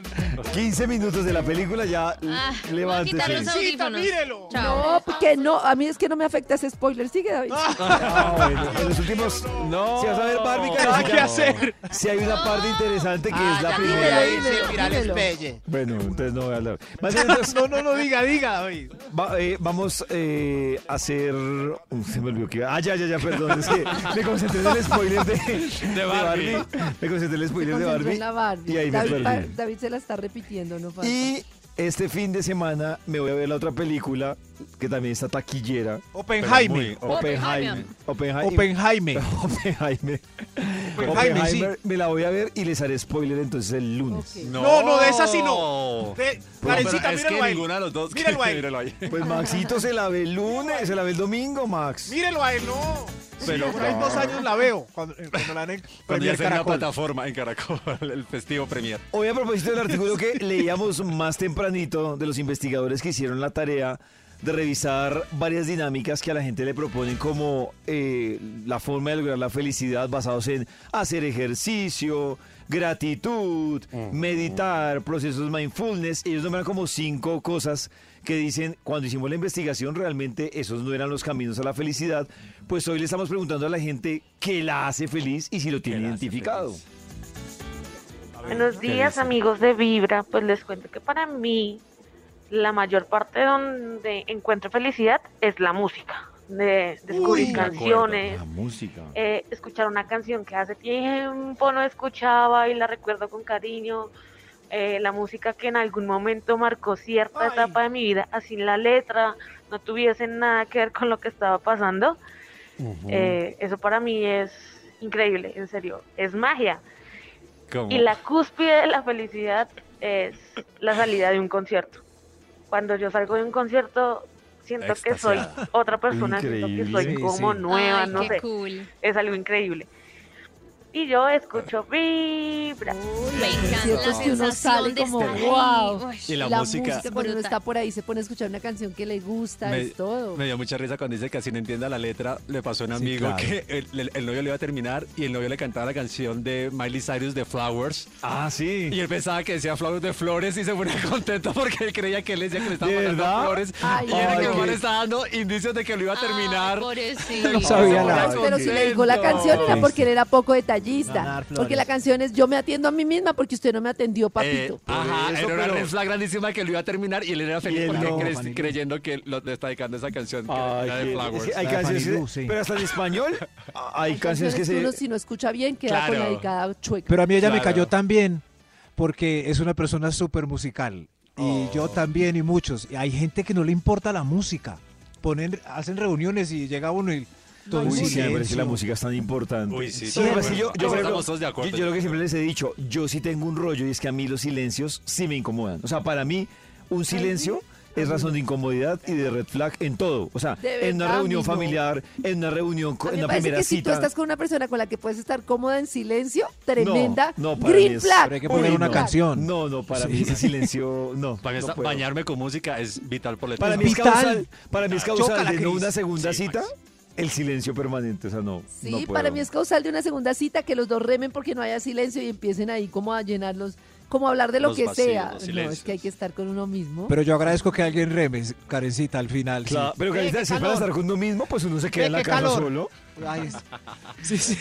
[SPEAKER 2] 15 minutos de la película ya
[SPEAKER 3] Ah, voy a quitar los
[SPEAKER 2] levántese.
[SPEAKER 3] audífonos.
[SPEAKER 11] mírelo.
[SPEAKER 3] Chao.
[SPEAKER 9] No, porque no, a mí es que no me afecta ese spoiler. Sigue, David.
[SPEAKER 2] Ah, bueno, en los últimos.
[SPEAKER 8] No.
[SPEAKER 2] Si vas a ver Barbie,
[SPEAKER 11] Nada
[SPEAKER 2] califica.
[SPEAKER 11] que hacer.
[SPEAKER 2] Si hay una parte interesante que
[SPEAKER 3] Ah,
[SPEAKER 2] es la
[SPEAKER 10] ya
[SPEAKER 2] primera.
[SPEAKER 10] dímelo, dímelo, dímelo.
[SPEAKER 2] Bueno, entonces no voy a hablar. Más bien, entonces,
[SPEAKER 11] No, no, no, diga, diga, David.
[SPEAKER 2] va- eh, vamos eh, a hacer. Uh, se me olvidó que. Ah, ya, ya, ya, perdón. Es que me concentré en el spoiler de, de
[SPEAKER 8] Barbie.
[SPEAKER 2] Me concentré en el
[SPEAKER 9] Se
[SPEAKER 2] spoiler de
[SPEAKER 9] concentró
[SPEAKER 2] Barbie.
[SPEAKER 9] en la Barbie.
[SPEAKER 2] Y ahí me
[SPEAKER 9] David,
[SPEAKER 2] perdí.
[SPEAKER 9] pa- David se la está repitiendo, no pasa.
[SPEAKER 2] Y este fin de semana me voy a ver la otra película que también está taquillera.
[SPEAKER 11] Oppenheimer.
[SPEAKER 2] Pero muy- Oppenheimer. Oppenheimer.
[SPEAKER 11] Oppenheimer.
[SPEAKER 2] Oppenheimer.
[SPEAKER 11] Oppenheimer, sí.
[SPEAKER 2] Oppenheimer, Me la voy a ver y les haré spoiler entonces el lunes.
[SPEAKER 11] No, no, de esa sí no. De,
[SPEAKER 8] No, pero
[SPEAKER 11] Karencita,
[SPEAKER 8] es que
[SPEAKER 11] míralo ahí.
[SPEAKER 8] ninguno de los dos.
[SPEAKER 11] Míralo a él.
[SPEAKER 8] Míralo ahí.
[SPEAKER 2] Pues Maxito se la ve el lunes, se la ve el domingo, Max.
[SPEAKER 11] Mírelo a él, no.
[SPEAKER 8] Pero-
[SPEAKER 11] Pero por ahí en dos años la veo. Cuando, eh, cuando la dan en
[SPEAKER 8] Cuando
[SPEAKER 11] Premier
[SPEAKER 8] ya sea en una
[SPEAKER 11] Caracol.
[SPEAKER 8] plataforma en Caracol, el festivo premier.
[SPEAKER 2] Hoy a propósito del artículo que leíamos más tempranito de los investigadores que hicieron la tarea de revisar varias dinámicas que a la gente le proponen como eh, la forma de lograr la felicidad basados en hacer ejercicio, gratitud, meditar, procesos mindfulness. Ellos nombran como cinco cosas que dicen, cuando hicimos la investigación realmente esos no eran los caminos a la felicidad, pues hoy le estamos preguntando a la gente qué la hace feliz y si lo tiene
[SPEAKER 8] la hace
[SPEAKER 2] identificado.
[SPEAKER 8] feliz?
[SPEAKER 14] Buenos días amigos de Vibra, pues les cuento que para mí la mayor parte donde encuentro felicidad es la música, de descubrir
[SPEAKER 8] Uy, de acuerdo.
[SPEAKER 14] canciones,
[SPEAKER 8] La música.
[SPEAKER 14] eh, escuchar una canción que hace tiempo no escuchaba y la recuerdo con cariño, eh, la música que en algún momento marcó cierta etapa de mi vida, así la letra no tuviese nada que ver con lo que estaba pasando, eh, eso para mí es increíble, en serio, es magia.
[SPEAKER 8] ¿Cómo?
[SPEAKER 14] Y la cúspide de la felicidad es la salida de un concierto. Cuando yo salgo de un concierto, siento que soy
[SPEAKER 8] Extasiada.
[SPEAKER 14] otra persona, siento que soy
[SPEAKER 4] Increíble.
[SPEAKER 14] como
[SPEAKER 4] Sí, sí.
[SPEAKER 14] nueva,
[SPEAKER 3] Ay,
[SPEAKER 14] no
[SPEAKER 3] qué
[SPEAKER 14] sé.
[SPEAKER 3] cool.
[SPEAKER 14] Es algo increíble. Y yo escucho vibra.
[SPEAKER 3] Me encanta
[SPEAKER 9] Cierto
[SPEAKER 3] la
[SPEAKER 9] es pues que uno sale
[SPEAKER 3] sensación de
[SPEAKER 9] como,
[SPEAKER 3] estar ahí.
[SPEAKER 9] wow.
[SPEAKER 3] Uy,
[SPEAKER 8] Y la música.
[SPEAKER 9] cuando uno
[SPEAKER 3] Brutal.
[SPEAKER 9] está por ahí, se pone a escuchar una canción que le gusta, es todo.
[SPEAKER 8] me dio mucha risa cuando dice que así no entienda la letra. Le pasó a un amigo
[SPEAKER 4] claro.
[SPEAKER 8] que el, el- el novio le iba a terminar y el novio le cantaba la canción de Miley Cyrus de Flowers.
[SPEAKER 2] Ah, sí.
[SPEAKER 8] Y él pensaba que decía Flowers de Flores y se ponía contento porque él creía que él decía que le estaba
[SPEAKER 2] ¿De
[SPEAKER 8] mandando
[SPEAKER 2] verdad?
[SPEAKER 8] flores.
[SPEAKER 9] Ay,
[SPEAKER 8] y era
[SPEAKER 2] ay,
[SPEAKER 8] que el
[SPEAKER 2] qué-
[SPEAKER 8] man estaba dando indicios de que lo iba a terminar.
[SPEAKER 3] Ay, pobrecito.
[SPEAKER 8] No
[SPEAKER 4] sabía nada.
[SPEAKER 9] Pero si le dijo la canción era
[SPEAKER 4] Sí,
[SPEAKER 9] porque
[SPEAKER 4] sí.
[SPEAKER 9] él era poco detallista.
[SPEAKER 4] Ganar flores.
[SPEAKER 9] Porque la canción es Yo me atiendo a mí misma porque usted no me atendió,
[SPEAKER 8] Eh,
[SPEAKER 9] papito.
[SPEAKER 8] ajá,
[SPEAKER 2] eso,
[SPEAKER 8] era una
[SPEAKER 2] pero-
[SPEAKER 8] red flag grandísima que lo iba a terminar y él era
[SPEAKER 2] Y
[SPEAKER 8] feliz
[SPEAKER 2] él
[SPEAKER 8] porque
[SPEAKER 2] no,
[SPEAKER 8] cre-
[SPEAKER 4] Fanny Lu.
[SPEAKER 8] creyendo que lo le está dedicando esa canción que
[SPEAKER 2] Ay,
[SPEAKER 8] era
[SPEAKER 2] qué-
[SPEAKER 8] de
[SPEAKER 2] es
[SPEAKER 8] Flowers.
[SPEAKER 2] que hay
[SPEAKER 4] La de
[SPEAKER 2] canciones,
[SPEAKER 4] Fanny Lu, sí.
[SPEAKER 2] pero hasta en español ah, hay
[SPEAKER 9] Canciones
[SPEAKER 2] canciones que
[SPEAKER 9] uno
[SPEAKER 2] se...
[SPEAKER 9] si no escucha bien queda con la
[SPEAKER 8] Claro.
[SPEAKER 9] dedicada chueca.
[SPEAKER 4] Pero a mí ella me
[SPEAKER 8] Claro.
[SPEAKER 4] cayó también porque es una persona súper musical. Y yo también y muchos. Y hay gente que no le importa la música. Ponen, hacen reuniones y llega uno y
[SPEAKER 2] Uy,
[SPEAKER 11] hay
[SPEAKER 2] sí,
[SPEAKER 11] silencio.
[SPEAKER 2] siempre es que la música es tan importante.
[SPEAKER 8] Uy, sí,
[SPEAKER 2] Lo que
[SPEAKER 8] de
[SPEAKER 2] pasa es que yo,
[SPEAKER 8] acuerdo.
[SPEAKER 2] yo, por ejemplo,
[SPEAKER 8] Estamos todos de acuerdo.
[SPEAKER 2] yo- yo lo que siempre les he dicho, yo sí tengo un rollo y es que a mí los silencios sí me incomodan. O sea, para mí, un silencio es razón de incomodidad y de red flag en todo. O sea,
[SPEAKER 9] De
[SPEAKER 2] en una
[SPEAKER 9] verdad,
[SPEAKER 2] reunión
[SPEAKER 9] a mí no.
[SPEAKER 2] familiar, en una reunión, co-
[SPEAKER 9] A mí
[SPEAKER 2] en
[SPEAKER 9] me
[SPEAKER 2] una
[SPEAKER 9] parece
[SPEAKER 2] primera
[SPEAKER 9] que si tú
[SPEAKER 2] cita.
[SPEAKER 9] estás con una persona con la que puedes estar cómoda en silencio, tremenda
[SPEAKER 2] no, no, para mí
[SPEAKER 9] green
[SPEAKER 2] es-
[SPEAKER 9] flag.
[SPEAKER 2] pero hay que
[SPEAKER 9] Uy,
[SPEAKER 2] poner
[SPEAKER 9] no.
[SPEAKER 2] No, no, para
[SPEAKER 8] Sí.
[SPEAKER 2] mí ese silencio, no.
[SPEAKER 8] Para mí
[SPEAKER 2] no
[SPEAKER 8] está-
[SPEAKER 2] puedo.
[SPEAKER 8] bañarme con música es vital por la
[SPEAKER 2] Para mí
[SPEAKER 8] etapa.
[SPEAKER 2] es causal, para mí es
[SPEAKER 8] Ah,
[SPEAKER 2] causal
[SPEAKER 8] chócala,
[SPEAKER 2] de no
[SPEAKER 8] Cris.
[SPEAKER 2] una segunda
[SPEAKER 8] Sí,
[SPEAKER 2] cita, el silencio permanente, o sea, no.
[SPEAKER 9] Sí,
[SPEAKER 2] no
[SPEAKER 9] para
[SPEAKER 2] puedo.
[SPEAKER 9] mí es causal de una segunda cita que los dos remen porque no haya silencio y empiecen ahí como a llenarlos, como a hablar de lo
[SPEAKER 2] Los
[SPEAKER 9] que
[SPEAKER 2] vacíos,
[SPEAKER 9] sea.
[SPEAKER 2] los
[SPEAKER 9] No, es
[SPEAKER 2] silencios.
[SPEAKER 9] que hay que estar con uno mismo.
[SPEAKER 4] Pero yo agradezco que alguien remes, Karencita, al final. sí.
[SPEAKER 2] Claro, pero Carita, si es para estar con uno mismo, pues uno se queda en la
[SPEAKER 4] qué
[SPEAKER 2] casa
[SPEAKER 4] calor.
[SPEAKER 2] solo.
[SPEAKER 4] Ay,
[SPEAKER 2] Sí, sí.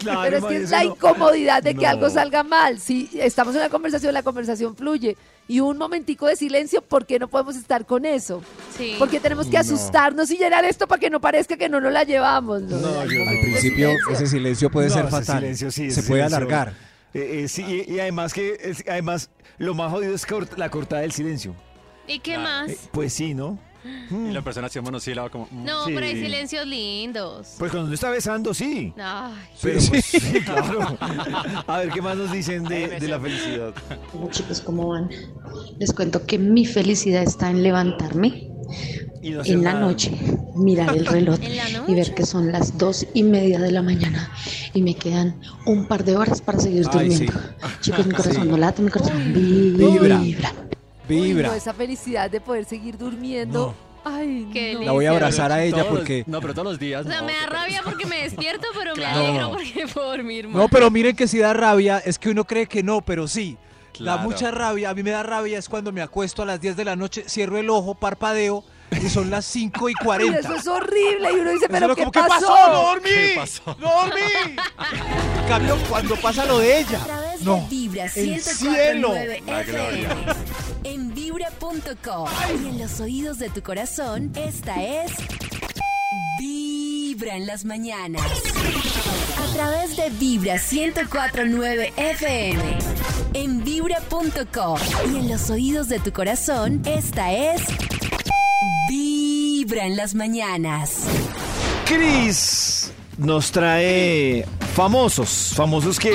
[SPEAKER 2] claro.
[SPEAKER 9] Pero es que
[SPEAKER 2] imagínese
[SPEAKER 9] es la
[SPEAKER 2] uno.
[SPEAKER 9] incomodidad de que
[SPEAKER 2] No.
[SPEAKER 9] algo salga mal. Si estamos en una conversación, la conversación fluye. Y un momentico de silencio, ¿por qué no podemos estar con eso?
[SPEAKER 3] Sí.
[SPEAKER 9] Porque tenemos que
[SPEAKER 4] No.
[SPEAKER 9] asustarnos y llenar esto para que no parezca que no nos la llevamos. ¿no?
[SPEAKER 4] Al principio ese silencio puede
[SPEAKER 2] No,
[SPEAKER 4] ser
[SPEAKER 2] ese
[SPEAKER 4] fatal.
[SPEAKER 2] silencio, sí,
[SPEAKER 4] Se
[SPEAKER 2] ese
[SPEAKER 4] puede
[SPEAKER 2] silencio.
[SPEAKER 4] alargar.
[SPEAKER 2] Eh, eh, sí, y, y además que es- además lo más jodido es cort- la cortada del silencio.
[SPEAKER 3] ¿Y qué
[SPEAKER 2] Eh,
[SPEAKER 3] más?
[SPEAKER 2] pues sí, ¿no?
[SPEAKER 8] Y la persona siempre monosílaba como... mm,
[SPEAKER 3] No,
[SPEAKER 2] sí.
[SPEAKER 3] pero hay silencios lindos.
[SPEAKER 2] Pues cuando uno está besando, sí.
[SPEAKER 3] Ay.
[SPEAKER 2] Pero pues, sí, claro. A ver qué más nos dicen de, de la felicidad.
[SPEAKER 19] Hola chicos, ¿cómo van? Les cuento que mi felicidad está en levantarme
[SPEAKER 2] Y no hacer
[SPEAKER 19] en la
[SPEAKER 2] nada.
[SPEAKER 19] noche, mirar el reloj y ver que son las dos y media de la mañana y me quedan un par de horas para seguir
[SPEAKER 4] Ay, sí.
[SPEAKER 19] durmiendo. Chicos, mi corazón no late, mi corazón
[SPEAKER 4] Vibra.
[SPEAKER 19] vibra.
[SPEAKER 4] Vibra.
[SPEAKER 9] No, esa felicidad de poder seguir durmiendo. Ay, no.
[SPEAKER 4] La voy a abrazar
[SPEAKER 8] Pero
[SPEAKER 4] a ella
[SPEAKER 8] todos los-
[SPEAKER 4] porque-
[SPEAKER 8] No, pero todos los días.
[SPEAKER 3] O sea,
[SPEAKER 8] no,
[SPEAKER 3] me da rabia porque me despierto, pero
[SPEAKER 4] Claro.
[SPEAKER 3] me alegro porque puedo dormir más.
[SPEAKER 4] No, pero miren que si da rabia, es que uno cree que no, pero sí. Da
[SPEAKER 8] Claro.
[SPEAKER 4] mucha rabia, a mí me da rabia es cuando me acuesto a las 10 de la noche, cierro el ojo, parpadeo y son las 5 y 40.
[SPEAKER 9] Ay, eso es horrible. Y uno dice,
[SPEAKER 4] Eso
[SPEAKER 9] ¿pero
[SPEAKER 4] no,
[SPEAKER 9] qué
[SPEAKER 4] como, ¿qué
[SPEAKER 9] pasó?
[SPEAKER 4] pasó? No dormí. ¿Qué
[SPEAKER 8] pasó?
[SPEAKER 4] ¡No dormí! En cambio, cuando pasa lo de ella. No.
[SPEAKER 1] Vibra
[SPEAKER 4] El
[SPEAKER 1] 104.9
[SPEAKER 4] cielo.
[SPEAKER 8] La gloria.
[SPEAKER 1] FM. En vibra.com y en los oídos de tu corazón, esta es Vibra en las mañanas. A través de Vibra 104.9 FM. En vibra.com y en los oídos de tu corazón, esta es Vibra en las mañanas.
[SPEAKER 2] Cris nos trae famosos, famosos que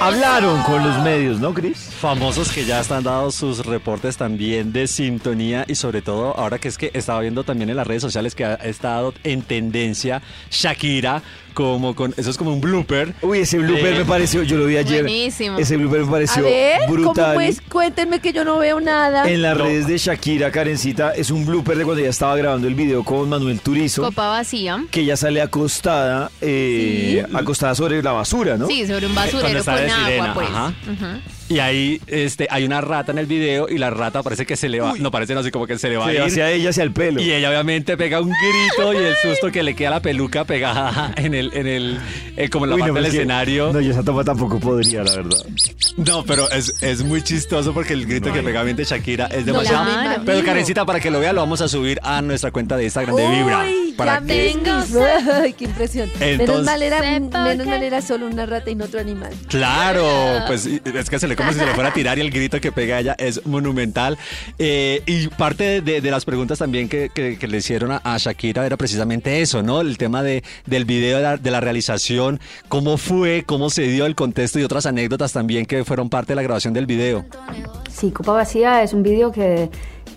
[SPEAKER 2] hablaron con los medios, ¿no, Cris?
[SPEAKER 8] Famosos que ya están dados sus reportes también de sintonía y sobre todo ahora que es que estaba viendo también en las redes sociales que ha estado en tendencia Shakira como con eso es como un blooper. Eh,
[SPEAKER 2] Uy, ese blooper me pareció, yo lo vi ayer.
[SPEAKER 3] Buenísimo.
[SPEAKER 2] Ese blooper me
[SPEAKER 9] A
[SPEAKER 2] pareció
[SPEAKER 9] ver,
[SPEAKER 2] brutal.
[SPEAKER 9] ¿cómo es? Cuéntenme que yo no veo nada.
[SPEAKER 2] En las redes de Shakira, Karencita, es un blooper de cuando ella estaba grabando el video con Manuel Turizo,
[SPEAKER 3] Copa vacía.
[SPEAKER 2] que ella sale acostada, eh, acostada sobre la basura, ¿no? Eh,
[SPEAKER 3] Sí, sobre un
[SPEAKER 8] Cuando
[SPEAKER 3] basurero con
[SPEAKER 8] está de
[SPEAKER 3] agua,
[SPEAKER 8] sirena,
[SPEAKER 3] pues.
[SPEAKER 8] ajá.
[SPEAKER 3] Ujú.
[SPEAKER 8] Y ahí este, hay una rata en el video y la rata parece que se le va, no parece, no sé, como que se le va
[SPEAKER 2] Se
[SPEAKER 8] a ir.
[SPEAKER 2] va hacia ella, hacia el pelo.
[SPEAKER 8] Y ella obviamente pega un grito y el susto que le queda la peluca pegada en el, en el, eh, como en la
[SPEAKER 2] Uy, no,
[SPEAKER 8] parte
[SPEAKER 2] pero
[SPEAKER 8] del
[SPEAKER 2] es que-
[SPEAKER 8] escenario.
[SPEAKER 2] No, yo esa toma tampoco podría, la verdad.
[SPEAKER 8] No, pero es, es muy chistoso porque el grito que pega obviamente Shakira es
[SPEAKER 3] No,
[SPEAKER 8] demasiado.
[SPEAKER 3] la imagino.
[SPEAKER 8] Pero Karencita, para que lo vea, lo vamos a subir a nuestra cuenta de Instagram de Vibra.
[SPEAKER 9] Uy,
[SPEAKER 8] Para
[SPEAKER 9] ya
[SPEAKER 8] que-
[SPEAKER 9] me tengo. Ay, qué impresión. menos
[SPEAKER 8] Entonces-
[SPEAKER 9] mal era, menos mal era solo una rata y no otro animal.
[SPEAKER 8] Claro, pues y- es que se le como si se le fuera a tirar y el grito que pega ella es monumental. Eh, y parte de, de- de las preguntas también que, que- que le hicieron a, a Shakira era precisamente eso, ¿no? El tema de, del video, de la, de la realización, cómo fue, cómo se dio el contexto y otras anécdotas también que fueron parte de la grabación del video.
[SPEAKER 20] Sí, Copa Vacía es un vídeo que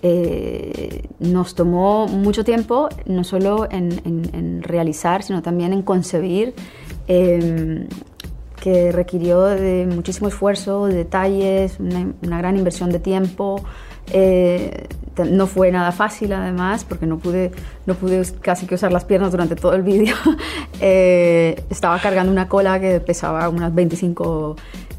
[SPEAKER 20] eh, nos tomó mucho tiempo, no solo en, en- en realizar, sino también en concebir, eh, que requirió de muchísimo esfuerzo, de detalles, una, una gran inversión de tiempo. Eh, te- no fue nada fácil además porque no pude, no pude us- casi que usar las piernas durante todo el vídeo. Eh, estaba cargando una cola que pesaba unas 25,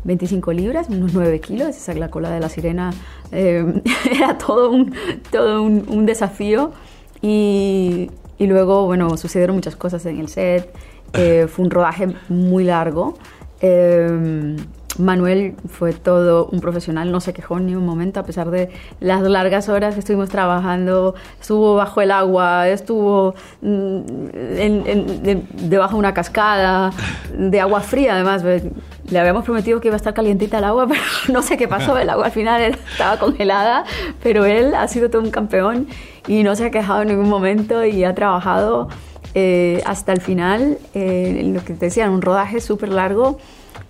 [SPEAKER 20] 25 libras, unos 9 kilos, esa es la cola de la sirena. eh, era todo un, todo un, un desafío y, y luego, bueno, sucedieron muchas cosas en el set. Eh, fue un rodaje muy largo. Eh, Manuel fue todo un profesional, no se quejó ni un momento, a pesar de las largas horas que estuvimos trabajando. Estuvo bajo el agua, estuvo mm, en- en- de- debajo de una cascada, de agua fría además. Ve- Le habíamos prometido que iba a estar calientita el agua, pero no sé qué pasó. El agua al final era- estaba congelada, pero él ha sido todo un campeón y no se ha quejado en ningún momento y ha trabajado eh, hasta el final, eh, lo que te decía, un rodaje súper largo,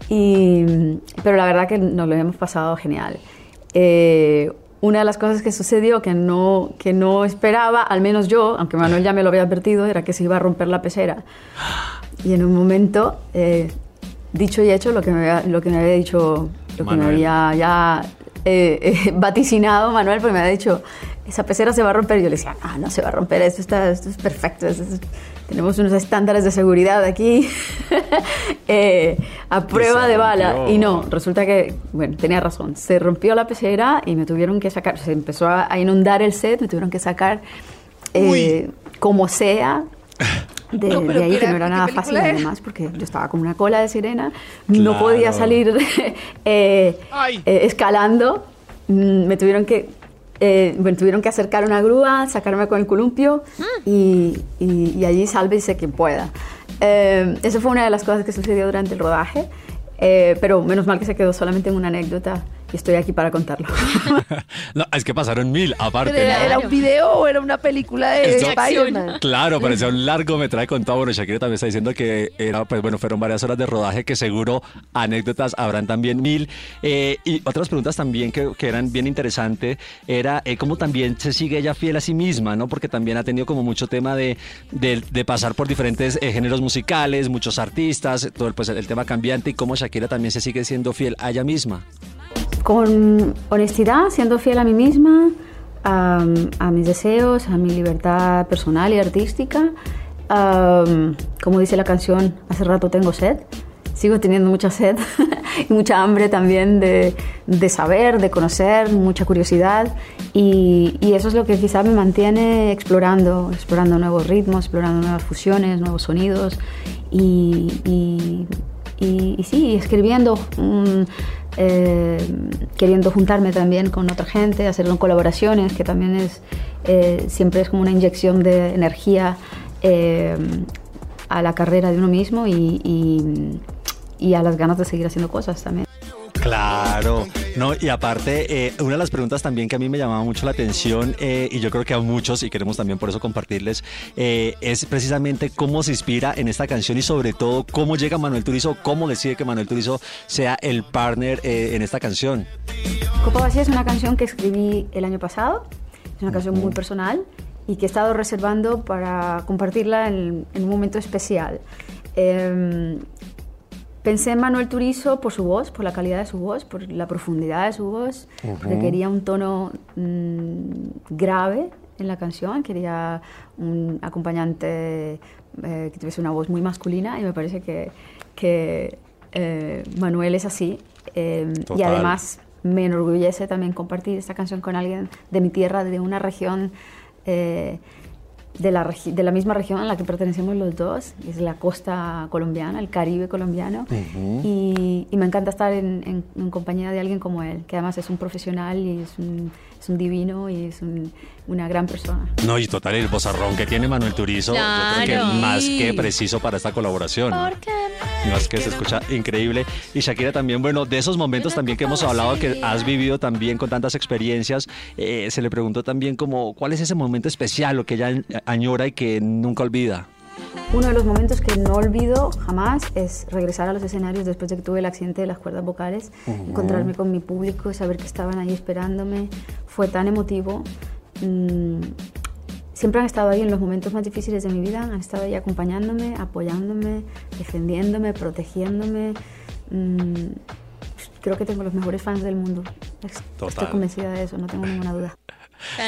[SPEAKER 20] y, pero la verdad que nos lo hemos pasado genial. Eh, una de las cosas que sucedió que no, que no esperaba, al menos yo, aunque Manuel ya me lo había advertido, era que se iba a romper la pecera. Y en un momento, eh, dicho y hecho, lo que me había, lo que me había dicho, lo que me
[SPEAKER 21] Manuel.
[SPEAKER 20] había ya eh, eh, vaticinado Manuel, porque me había dicho, esa pecera se va a romper. Y yo le decía, ah, no se va a romper, esto, está, esto es perfecto, esto es- tenemos unos estándares de seguridad aquí eh, a prueba de bala.
[SPEAKER 21] rompió.
[SPEAKER 20] Y no, resulta que, bueno, tenía razón. Se rompió la pecera y me tuvieron que sacar. Se empezó a a inundar el set, me tuvieron que sacar eh, como sea. De,
[SPEAKER 21] No, pero
[SPEAKER 20] de ahí, que
[SPEAKER 21] mira,
[SPEAKER 20] no era
[SPEAKER 21] ¿qué
[SPEAKER 20] nada
[SPEAKER 21] película
[SPEAKER 20] fácil
[SPEAKER 21] es?
[SPEAKER 20] además, porque yo estaba con una cola de sirena,
[SPEAKER 21] Claro.
[SPEAKER 20] no podía salir eh, eh, escalando, Mm, me tuvieron que, eh, bueno, tuvieron que acercar una grúa, sacarme con el columpio y, y- y allí sálvese quien pueda. Eh, eso fue una de las cosas que sucedió durante el rodaje, eh, pero menos mal que se quedó solamente en una anécdota y estoy aquí para contarlo.
[SPEAKER 8] No, es que pasaron mil aparte.
[SPEAKER 9] Pero era,
[SPEAKER 8] ¿no?
[SPEAKER 9] era un video o era una película de
[SPEAKER 8] Esto-
[SPEAKER 9] Spider-Man.
[SPEAKER 8] Claro, parecía un largometraje contado. Bueno, Shakira también está diciendo que era, pues bueno, fueron varias horas de rodaje que seguro anécdotas habrán también mil. Eh, y otras preguntas también que, que eran bien interesantes era eh, cómo también se sigue ella fiel a sí misma, ¿no? Porque también ha tenido como mucho tema de, de- de pasar por diferentes eh, géneros musicales, muchos artistas, todo el, pues, el tema cambiante y cómo Shakira también se sigue siendo fiel a ella misma.
[SPEAKER 20] con honestidad, siendo fiel a mí misma, a, a mis deseos, a mi libertad personal y artística. Am, como dice la canción, hace rato tengo sed. Sigo teniendo mucha sed y mucha hambre también de, de saber, de conocer, mucha curiosidad. Y, y eso es lo que quizá me mantiene explorando, explorando nuevos ritmos, explorando nuevas fusiones, nuevos sonidos. Y, y- y- y sí, escribiendo, mm, eh, queriendo juntarme también con otra gente, hacerlo en colaboraciones, que también es eh, siempre es como una inyección de energía eh, a la carrera de uno mismo y, y- y a las ganas de seguir haciendo cosas también.
[SPEAKER 8] Claro, no, y aparte, eh, una de las preguntas también que a mí me llamaba mucho la atención, eh, y yo creo que a muchos, y queremos también por eso compartirles, eh, es precisamente cómo se inspira en esta canción y sobre todo cómo llega Manuel Turizo, cómo decide que Manuel Turizo sea el partner eh, en esta canción.
[SPEAKER 20] Copa Vacía es una canción que escribí el año pasado, es una canción muy personal y que he estado reservando para compartirla en, en un momento especial. Em, pensé en Manuel Turizo por su voz, por la calidad de su voz, por la profundidad de su voz,
[SPEAKER 21] Ujú.
[SPEAKER 20] porque quería un tono mm, grave en la canción, quería un acompañante eh, que tuviese una voz muy masculina y me parece que, que, eh, Manuel es así. em, y
[SPEAKER 21] Total.
[SPEAKER 20] además me enorgullece también compartir esta canción con alguien de mi tierra, de una región, eh, de, la regi- de la misma región a la que pertenecemos los dos, que es la costa colombiana, el Caribe colombiano. Y, y me encanta estar en, en- en compañía de alguien como él, que además es un profesional y es un, es un divino y es un- una gran persona.
[SPEAKER 8] No, y total, el bozarrón que tiene Manuel Turizo, yo creo
[SPEAKER 20] Claro.
[SPEAKER 8] que más que preciso para esta colaboración. ¿no? No, es que se escucha increíble. Y Shakira también, bueno, de esos momentos también que hemos hablado, que has vivido también con tantas experiencias, eh, se le preguntó también como, ¿cuál es ese momento especial o que ella añora y que nunca olvida?
[SPEAKER 20] Uno de los momentos que no olvido jamás es regresar a los escenarios después de que tuve el accidente de las cuerdas vocales,
[SPEAKER 21] Ujú.
[SPEAKER 20] encontrarme con mi público, saber que estaban ahí esperándome. Fue tan emotivo. Mm, Siempre han estado ahí en los momentos más difíciles de mi vida, han estado ahí acompañándome, apoyándome, defendiéndome, protegiéndome. Mm, Creo que tengo los mejores fans del mundo. Es- Estoy
[SPEAKER 8] Total.
[SPEAKER 20] convencida de eso, no tengo ninguna duda.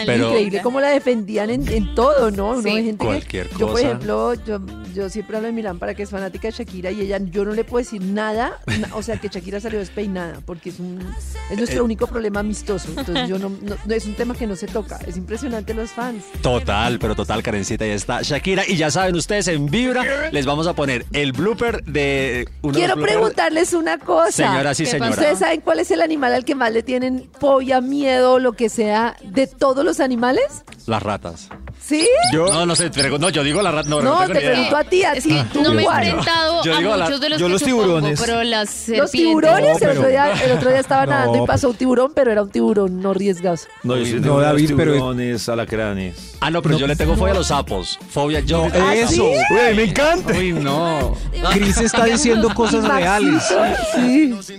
[SPEAKER 8] Pero-
[SPEAKER 9] Increíble cómo la defendían en, en todo, ¿no? Uno ve gente que-
[SPEAKER 8] Cualquier
[SPEAKER 9] Yo, por
[SPEAKER 8] cosa.
[SPEAKER 9] ejemplo, yo, yo siempre hablo de Milán para que es fanática de Shakira y ella, yo no le puedo decir nada, na- o sea, que Shakira salió despeinada, porque es, un, es nuestro
[SPEAKER 8] Eh.
[SPEAKER 9] único problema amistoso. Entonces, yo no, no- no- es un tema que no se toca. Es impresionante los fans.
[SPEAKER 8] Total, pero total, Karencita, ya está Shakira. Y ya saben ustedes, en Vibra les vamos a poner el blooper de... uno de los
[SPEAKER 9] Quiero
[SPEAKER 8] bloopers-
[SPEAKER 9] preguntarles una cosa.
[SPEAKER 8] Señora, sí, ¿Qué señora. pasó?
[SPEAKER 9] ¿Ustedes saben cuál es el animal al que más le tienen fobia, miedo, lo que sea, de todos los animales?
[SPEAKER 8] Las ratas.
[SPEAKER 9] ¿Sí?
[SPEAKER 8] No, no sé, te pregun- no, yo digo la rata. No,
[SPEAKER 9] No,
[SPEAKER 8] tengo
[SPEAKER 9] te
[SPEAKER 8] ni idea.
[SPEAKER 9] pregunto a ti, a ti,
[SPEAKER 8] Ah,
[SPEAKER 9] tú
[SPEAKER 8] yo-
[SPEAKER 3] No me he
[SPEAKER 8] yo-
[SPEAKER 3] enfrentado
[SPEAKER 8] yo
[SPEAKER 3] a
[SPEAKER 8] digo la-
[SPEAKER 3] muchos de los
[SPEAKER 8] yo
[SPEAKER 3] que
[SPEAKER 8] los
[SPEAKER 3] supongo,
[SPEAKER 8] tiburones.
[SPEAKER 3] pero
[SPEAKER 9] Los
[SPEAKER 3] las serpientes.
[SPEAKER 9] tiburones,
[SPEAKER 2] No, pero-
[SPEAKER 9] el, otro día, el otro día estaba
[SPEAKER 2] No,
[SPEAKER 9] nadando y
[SPEAKER 2] pero-
[SPEAKER 4] pues-
[SPEAKER 9] pasó un tiburón, pero era un tiburón no riesgoso.
[SPEAKER 2] No, yo
[SPEAKER 8] Uy,
[SPEAKER 2] sí
[SPEAKER 8] no,
[SPEAKER 2] tengo
[SPEAKER 8] David,
[SPEAKER 2] unos
[SPEAKER 8] pero-
[SPEAKER 2] tiburones, alacranes.
[SPEAKER 8] Ah, no, pero yo le tengo fobia a los sapos. Fobia yo.
[SPEAKER 2] No, ¿Ah, sí?
[SPEAKER 8] Uy, me encanta. Uy, no.
[SPEAKER 4] Cris está diciendo cosas reales.
[SPEAKER 8] Eh,
[SPEAKER 9] Sí.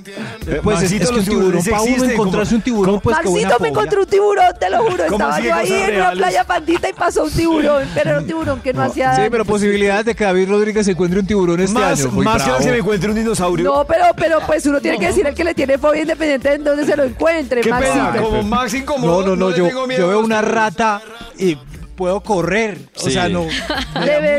[SPEAKER 4] Pues es, es que un tiburón, para uno encontrarse un tiburón, pues que buena
[SPEAKER 9] Maxito
[SPEAKER 4] fobia.
[SPEAKER 9] me encontró un tiburón, te lo juro.
[SPEAKER 4] ¿Cómo
[SPEAKER 9] Estaba
[SPEAKER 4] así que
[SPEAKER 9] yo ahí
[SPEAKER 4] cosas
[SPEAKER 9] en una
[SPEAKER 4] reales?
[SPEAKER 9] playa pandita y pasó un tiburón, pero era un tiburón que no, hacía
[SPEAKER 4] Sí,
[SPEAKER 9] daño.
[SPEAKER 4] pero pues- posibilidades de que David Rodríguez se encuentre un tiburón este
[SPEAKER 2] Más-
[SPEAKER 4] año. Muy
[SPEAKER 2] más que
[SPEAKER 4] bravo.
[SPEAKER 2] se me encuentre un dinosaurio.
[SPEAKER 9] No, pero, pero pues uno tiene que decir el que le tiene fobia independiente de donde se lo encuentre,
[SPEAKER 2] Qué
[SPEAKER 9] Maxito.
[SPEAKER 2] pena, como Max
[SPEAKER 4] No,
[SPEAKER 2] incómodo.
[SPEAKER 4] no, no,
[SPEAKER 2] le
[SPEAKER 4] yo,
[SPEAKER 2] tengo miedo
[SPEAKER 4] yo
[SPEAKER 2] a
[SPEAKER 4] veo
[SPEAKER 2] los
[SPEAKER 4] una rata y puedo correr. O
[SPEAKER 8] Sí.
[SPEAKER 4] sea, no. Me
[SPEAKER 9] ¿De
[SPEAKER 4] da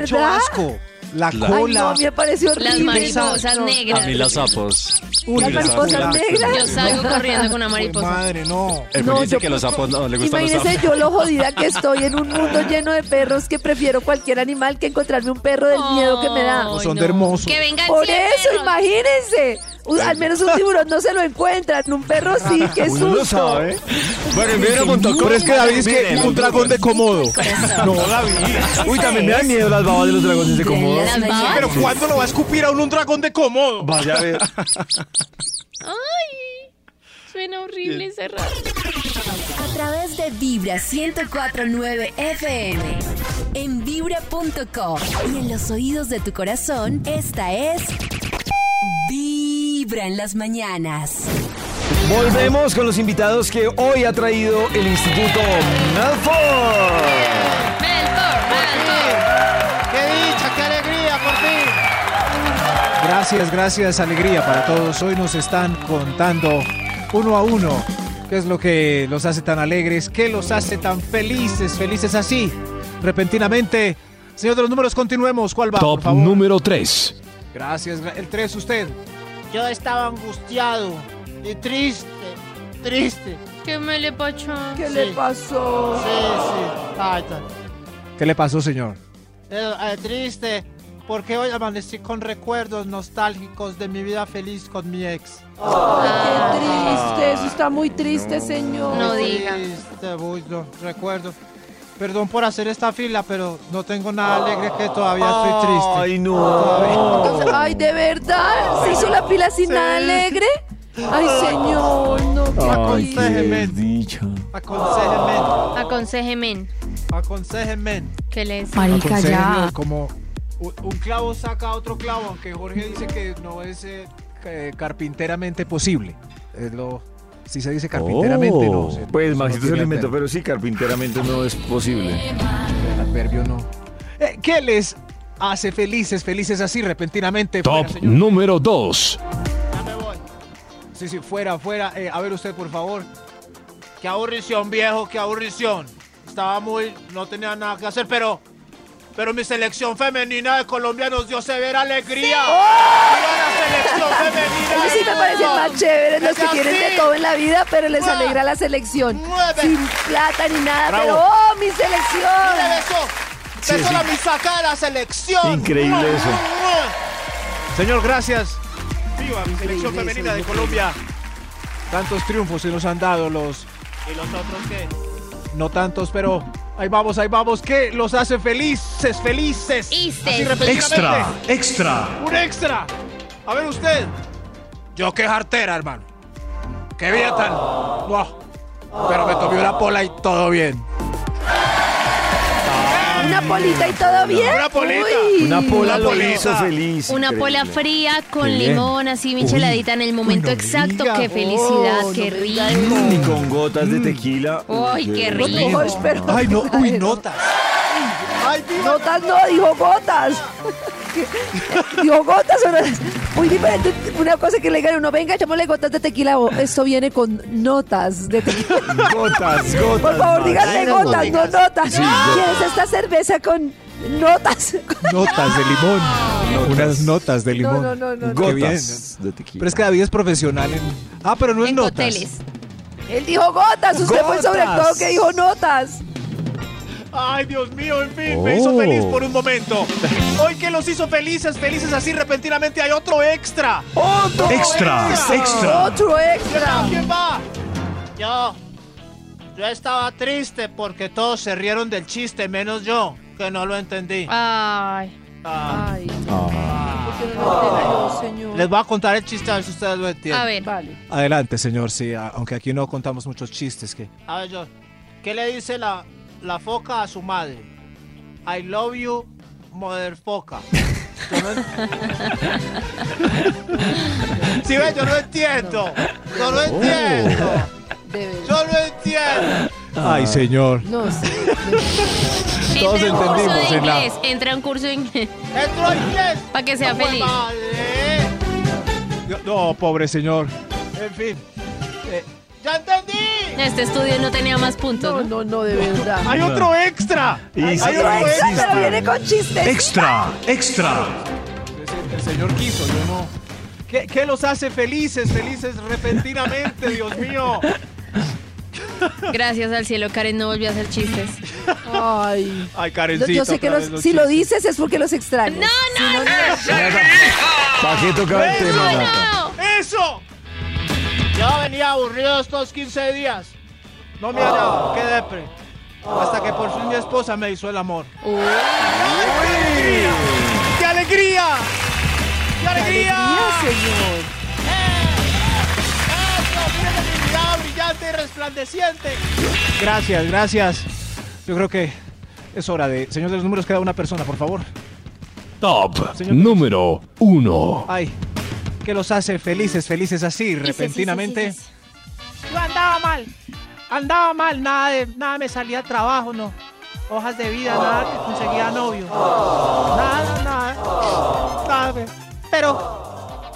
[SPEAKER 4] mucho
[SPEAKER 9] verdad?
[SPEAKER 4] asco. La
[SPEAKER 8] Claro.
[SPEAKER 9] Ay,
[SPEAKER 4] cola.
[SPEAKER 9] no, me pareció horrible.
[SPEAKER 3] Las mariposas
[SPEAKER 9] No.
[SPEAKER 3] negras.
[SPEAKER 8] A mí los sapos.
[SPEAKER 4] Uy,
[SPEAKER 9] Las
[SPEAKER 8] Uy, las
[SPEAKER 9] mariposas
[SPEAKER 8] agujas.
[SPEAKER 9] negras.
[SPEAKER 3] Yo salgo corriendo con una mariposa.
[SPEAKER 4] Pues, Madre, no.
[SPEAKER 8] El
[SPEAKER 9] No,
[SPEAKER 8] no, dice
[SPEAKER 9] yo-
[SPEAKER 8] que los sapos no le gustan los
[SPEAKER 9] Imagínense
[SPEAKER 8] sapos.
[SPEAKER 9] yo lo jodida que estoy en un mundo lleno de perros que prefiero cualquier animal que encontrarme un perro del miedo que me da.
[SPEAKER 4] No son de hermosos.
[SPEAKER 3] Que vengan
[SPEAKER 9] Por
[SPEAKER 3] cien
[SPEAKER 9] eso,
[SPEAKER 3] perros.
[SPEAKER 9] imagínense. Un- al menos un tiburón no se lo encuentran, un perro sí, qué
[SPEAKER 2] Uno lo
[SPEAKER 9] susto.
[SPEAKER 2] sabe.
[SPEAKER 8] Bueno, en vibra.com.
[SPEAKER 4] Pero es que David es que
[SPEAKER 8] Miren,
[SPEAKER 4] un dragón de comodo.
[SPEAKER 2] No, David. Uy, también me dan miedo las babas de los dragones de Komodo.
[SPEAKER 1] Las babas.
[SPEAKER 11] Pero ¿cuándo lo va a escupir a uno un dragón de cómodo?
[SPEAKER 2] Vaya a ver.
[SPEAKER 3] Ay, suena horrible cerrar.
[SPEAKER 1] A través de Vibra 1049 FM, en vibra.com y en los oídos de tu corazón, esta es Vibra en las mañanas.
[SPEAKER 2] Volvemos con los invitados que hoy ha traído el Instituto Melford.
[SPEAKER 17] ¡Qué dicha, qué alegría por ti!
[SPEAKER 4] Gracias, gracias, alegría para todos. Hoy nos están contando uno a uno qué es lo que los hace tan alegres, qué los hace tan felices, felices así, repentinamente. Señor de los números, continuemos. ¿Cuál va? por
[SPEAKER 12] Top
[SPEAKER 4] favor?
[SPEAKER 12] número 3.
[SPEAKER 4] Gracias. gra- El 3, usted.
[SPEAKER 17] Yo estaba angustiado y triste, triste.
[SPEAKER 3] ¿Qué me le pacho?
[SPEAKER 9] ¿Qué le pasó?
[SPEAKER 17] Sí, sí. Ay, ta-
[SPEAKER 4] ¿Qué le pasó, señor?
[SPEAKER 17] eh, eh, triste, porque hoy amanecí con recuerdos nostálgicos de mi vida feliz con mi ex. Ah,
[SPEAKER 9] Ay, qué triste, eso está muy triste, señor.
[SPEAKER 3] No diga.
[SPEAKER 4] este
[SPEAKER 17] Triste, uy, no, recuerdo. Perdón por hacer esta fila, pero no tengo nada alegre que todavía estoy triste.
[SPEAKER 2] Ay, no.
[SPEAKER 9] Entonces, ay, de verdad, se hizo la pila sin nada alegre. Ay, señor, no, qué
[SPEAKER 2] Ay, qué
[SPEAKER 9] triste.
[SPEAKER 17] Aconséjeme.
[SPEAKER 2] dicha.
[SPEAKER 17] Aconséjenme,
[SPEAKER 3] Aconséjeme.
[SPEAKER 17] aconséjenme.
[SPEAKER 3] ¿Qué le dice?
[SPEAKER 20] Marica, ya.
[SPEAKER 4] Aconséjeme Como
[SPEAKER 17] Un, un clavo saca otro clavo, aunque Jorge
[SPEAKER 4] Jorge dice que no es eh, eh, carpinteramente posible. Es lo, si se dice carpinteramente, no. se-
[SPEAKER 2] Pues
[SPEAKER 4] no
[SPEAKER 2] Maxito se
[SPEAKER 4] tiene
[SPEAKER 2] lo inventó,
[SPEAKER 4] adver-
[SPEAKER 2] pero sí, carpinteramente no es posible.
[SPEAKER 4] adverbio no. Eh, ¿Qué les hace felices, felices así repentinamente?
[SPEAKER 12] Top
[SPEAKER 4] Fuera, señor.
[SPEAKER 12] número 2.
[SPEAKER 17] ya me voy.
[SPEAKER 4] Sí, sí, fuera, fuera. Eh, a ver usted, por favor.
[SPEAKER 17] Qué aburrición, viejo, qué aburrición. Estaba muy. No tenía nada que hacer, pero. Pero mi selección femenina de Colombia nos dio severa alegría. ¡Viva la selección femenina!
[SPEAKER 9] Ellos sí me
[SPEAKER 17] del
[SPEAKER 9] parecen
[SPEAKER 17] mundo!
[SPEAKER 9] más chéveres los que
[SPEAKER 17] ¡Es
[SPEAKER 9] tienen de
[SPEAKER 17] así!
[SPEAKER 9] todo en la vida, pero les
[SPEAKER 17] ¡Mua!
[SPEAKER 9] alegra la selección.
[SPEAKER 17] ¡Mueve!
[SPEAKER 9] Sin plata ni nada,
[SPEAKER 4] Bravo.
[SPEAKER 9] pero ¡oh, mi
[SPEAKER 17] ¡Mire,
[SPEAKER 9] selección!
[SPEAKER 17] besó! ¡Besó
[SPEAKER 2] sí.
[SPEAKER 17] la misaca de la selección!
[SPEAKER 2] Increíble eso.
[SPEAKER 4] Señor, gracias.
[SPEAKER 17] ¡Viva mi selección
[SPEAKER 9] Increíble
[SPEAKER 17] femenina
[SPEAKER 9] eso,
[SPEAKER 17] de
[SPEAKER 9] yo
[SPEAKER 17] Colombia!
[SPEAKER 4] Tantos triunfos se nos han dado los,
[SPEAKER 17] ¿Y los otros qué?
[SPEAKER 4] no tantos, pero ahí vamos, ahí vamos. ¿Qué los hace felices, felices?
[SPEAKER 3] Hice.
[SPEAKER 4] Así repentinamente.
[SPEAKER 12] extra.
[SPEAKER 17] ¡Un extra! A ver usted.
[SPEAKER 11] Yo qué jartera, hermano. Qué vida tan. No. Pero me tomé una pola y todo bien.
[SPEAKER 9] Una polita y todo bien.
[SPEAKER 11] Una polita.
[SPEAKER 9] Uy.
[SPEAKER 2] Una pola
[SPEAKER 11] Una
[SPEAKER 2] lo
[SPEAKER 11] polita.
[SPEAKER 2] hizo feliz.
[SPEAKER 3] Una
[SPEAKER 2] increíble.
[SPEAKER 3] pola fría con
[SPEAKER 4] Qué bien.
[SPEAKER 3] limón, así micheladita en el momento
[SPEAKER 4] no
[SPEAKER 3] exacto.
[SPEAKER 4] diga.
[SPEAKER 3] ¡Qué felicidad!
[SPEAKER 9] Oh,
[SPEAKER 3] ¡Qué
[SPEAKER 9] no me
[SPEAKER 3] rico!
[SPEAKER 9] diga
[SPEAKER 2] Mm, Y con gotas de tequila.
[SPEAKER 3] Ay, qué rico.
[SPEAKER 9] Ay, perdón.
[SPEAKER 4] Ay, no, uy, notas.
[SPEAKER 17] ¡Ay, viva!
[SPEAKER 9] Notas no, dijo gotas. dijo gotas. pero Muy diferente una cosa que le digan a uno, venga, echémosle gotas de tequila. o Esto viene con notas de tequila.
[SPEAKER 2] Gotas, gotas.
[SPEAKER 9] Por favor, díganle
[SPEAKER 2] Maxito.
[SPEAKER 9] gotas, no notas.
[SPEAKER 2] Sí, gotas.
[SPEAKER 9] ¿Quieres esta cerveza con notas?
[SPEAKER 4] Notas de limón. Unas notas de
[SPEAKER 9] No,
[SPEAKER 4] limón.
[SPEAKER 9] no, no, no. no.
[SPEAKER 4] Qué bien.
[SPEAKER 2] Gotas de tequila.
[SPEAKER 4] Pero es que David es profesional en. Ah, pero no en,
[SPEAKER 3] En
[SPEAKER 4] notas.
[SPEAKER 3] hoteles.
[SPEAKER 9] Él dijo gotas, usted fue el sobre todo que dijo notas.
[SPEAKER 17] Ay, Dios mío, en fin, me hizo feliz por un momento. Hoy que los hizo felices, felices así repentinamente, hay otro extra.
[SPEAKER 9] Otro
[SPEAKER 17] Extra,
[SPEAKER 9] extra. Otro extra.
[SPEAKER 17] ¿Quién va? Yo.
[SPEAKER 10] Yo estaba triste porque todos se rieron del chiste, menos yo, que no lo entendí.
[SPEAKER 3] Ay.
[SPEAKER 10] Ay. Ah.
[SPEAKER 9] señor.
[SPEAKER 10] Les voy a contar el chiste a ver si ustedes lo entienden.
[SPEAKER 3] A ver.
[SPEAKER 4] Adelante, señor, sí, a- aunque aquí no contamos muchos chistes que...
[SPEAKER 10] A ver, yo. ¿Qué le dice la, la foca a su madre? I love you, mother foca. Yo no en- Sí, ve, yo no entiendo. Yo no entiendo. Yo no entiendo.
[SPEAKER 2] Ah.
[SPEAKER 4] Ay, señor.
[SPEAKER 9] No, sí.
[SPEAKER 4] Todos
[SPEAKER 3] entra un curso
[SPEAKER 4] entendimos
[SPEAKER 3] de
[SPEAKER 4] en la-
[SPEAKER 3] inglés. Entra un curso de inglés.
[SPEAKER 10] Entra inglés.
[SPEAKER 3] Para que sea
[SPEAKER 10] No fue
[SPEAKER 3] feliz.
[SPEAKER 4] Yo- No, pobre señor.
[SPEAKER 10] En fin.
[SPEAKER 3] ¡Ya entendí! Este estudio no tenía más puntos. No,
[SPEAKER 9] no, no, de verdad.
[SPEAKER 4] ¡Hay
[SPEAKER 10] otro extra!
[SPEAKER 4] Y Hay sí otro extra, existe. pero viene con
[SPEAKER 9] chistes.
[SPEAKER 4] Extra, extra.
[SPEAKER 11] El señor quiso, yo no.
[SPEAKER 10] ¿Qué, qué los hace felices, felices repentinamente, Dios mío?
[SPEAKER 3] Gracias al cielo, Karen no volvió a hacer chistes.
[SPEAKER 9] Ay.
[SPEAKER 11] Ay,
[SPEAKER 9] Yo- Yo sé que los- si lo dices es porque los extrañas. Si No, no,
[SPEAKER 2] ¿Para qué tocar el tema, Nata?
[SPEAKER 10] ¡Eso! Yo venía aburrido estos 15 días. No me hallaba, qué depre. Hasta que por fin mi esposa me hizo el amor. ¡Qué alegría! Oh. ¡Qué alegría! Eh,
[SPEAKER 9] señor!
[SPEAKER 10] ¡Mirada brillante y resplandeciente!
[SPEAKER 4] Gracias, gracias. Yo creo que es hora de... Señor de los números, queda una persona, por favor.
[SPEAKER 12] Top número
[SPEAKER 2] Oh.
[SPEAKER 12] 1.
[SPEAKER 4] Ay, que los hace felices, felices así, repentinamente.
[SPEAKER 18] Yo andaba mal. Andaba mal, nada de, nada me salía trabajo, no. Hojas de vida, nada que conseguía novio. Nada, nada. nada ve. pero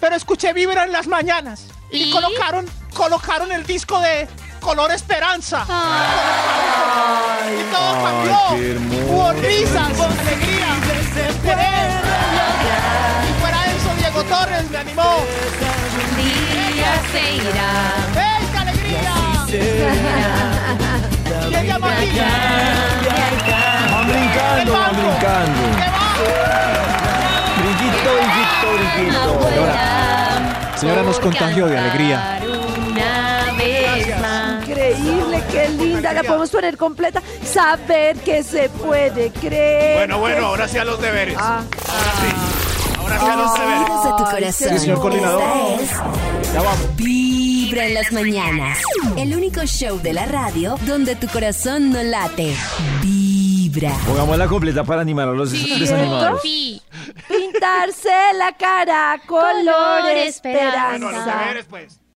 [SPEAKER 18] pero escuché vibra en las mañanas y, colocaron colocaron el disco de Color Esperanza.
[SPEAKER 3] Ah.
[SPEAKER 18] Colocaron- y todo cambió. Hubo risas, hubo alegría, esperanza. Y fuera de eso, Diego Torres me animó.
[SPEAKER 3] día se irá.
[SPEAKER 18] ¡Ey, qué alegría! Y ella maquilla.
[SPEAKER 2] Van brincando, van brincando. Brinquito, brinquito, brinquito.
[SPEAKER 4] Señora, nos contagió de alegría.
[SPEAKER 3] Una vez más.
[SPEAKER 9] Increíble, qué linda. La podemos poner completa. Saber que se puede creer.
[SPEAKER 10] Bueno, bueno, ahora sí a los deberes. Ahora sí a los deberes.
[SPEAKER 1] Oídos a tu corazón.
[SPEAKER 11] Sí, señor coordinador.
[SPEAKER 1] Esta es Vibra en las mañanas. El único show de la radio donde tu corazón no late. Vibra.
[SPEAKER 2] Pongamos la completa para animar a los desanimados.
[SPEAKER 9] Pintarse la cara, color
[SPEAKER 3] Color
[SPEAKER 9] esperanza.
[SPEAKER 3] esperanza. Bueno, a los deberes,
[SPEAKER 10] pues.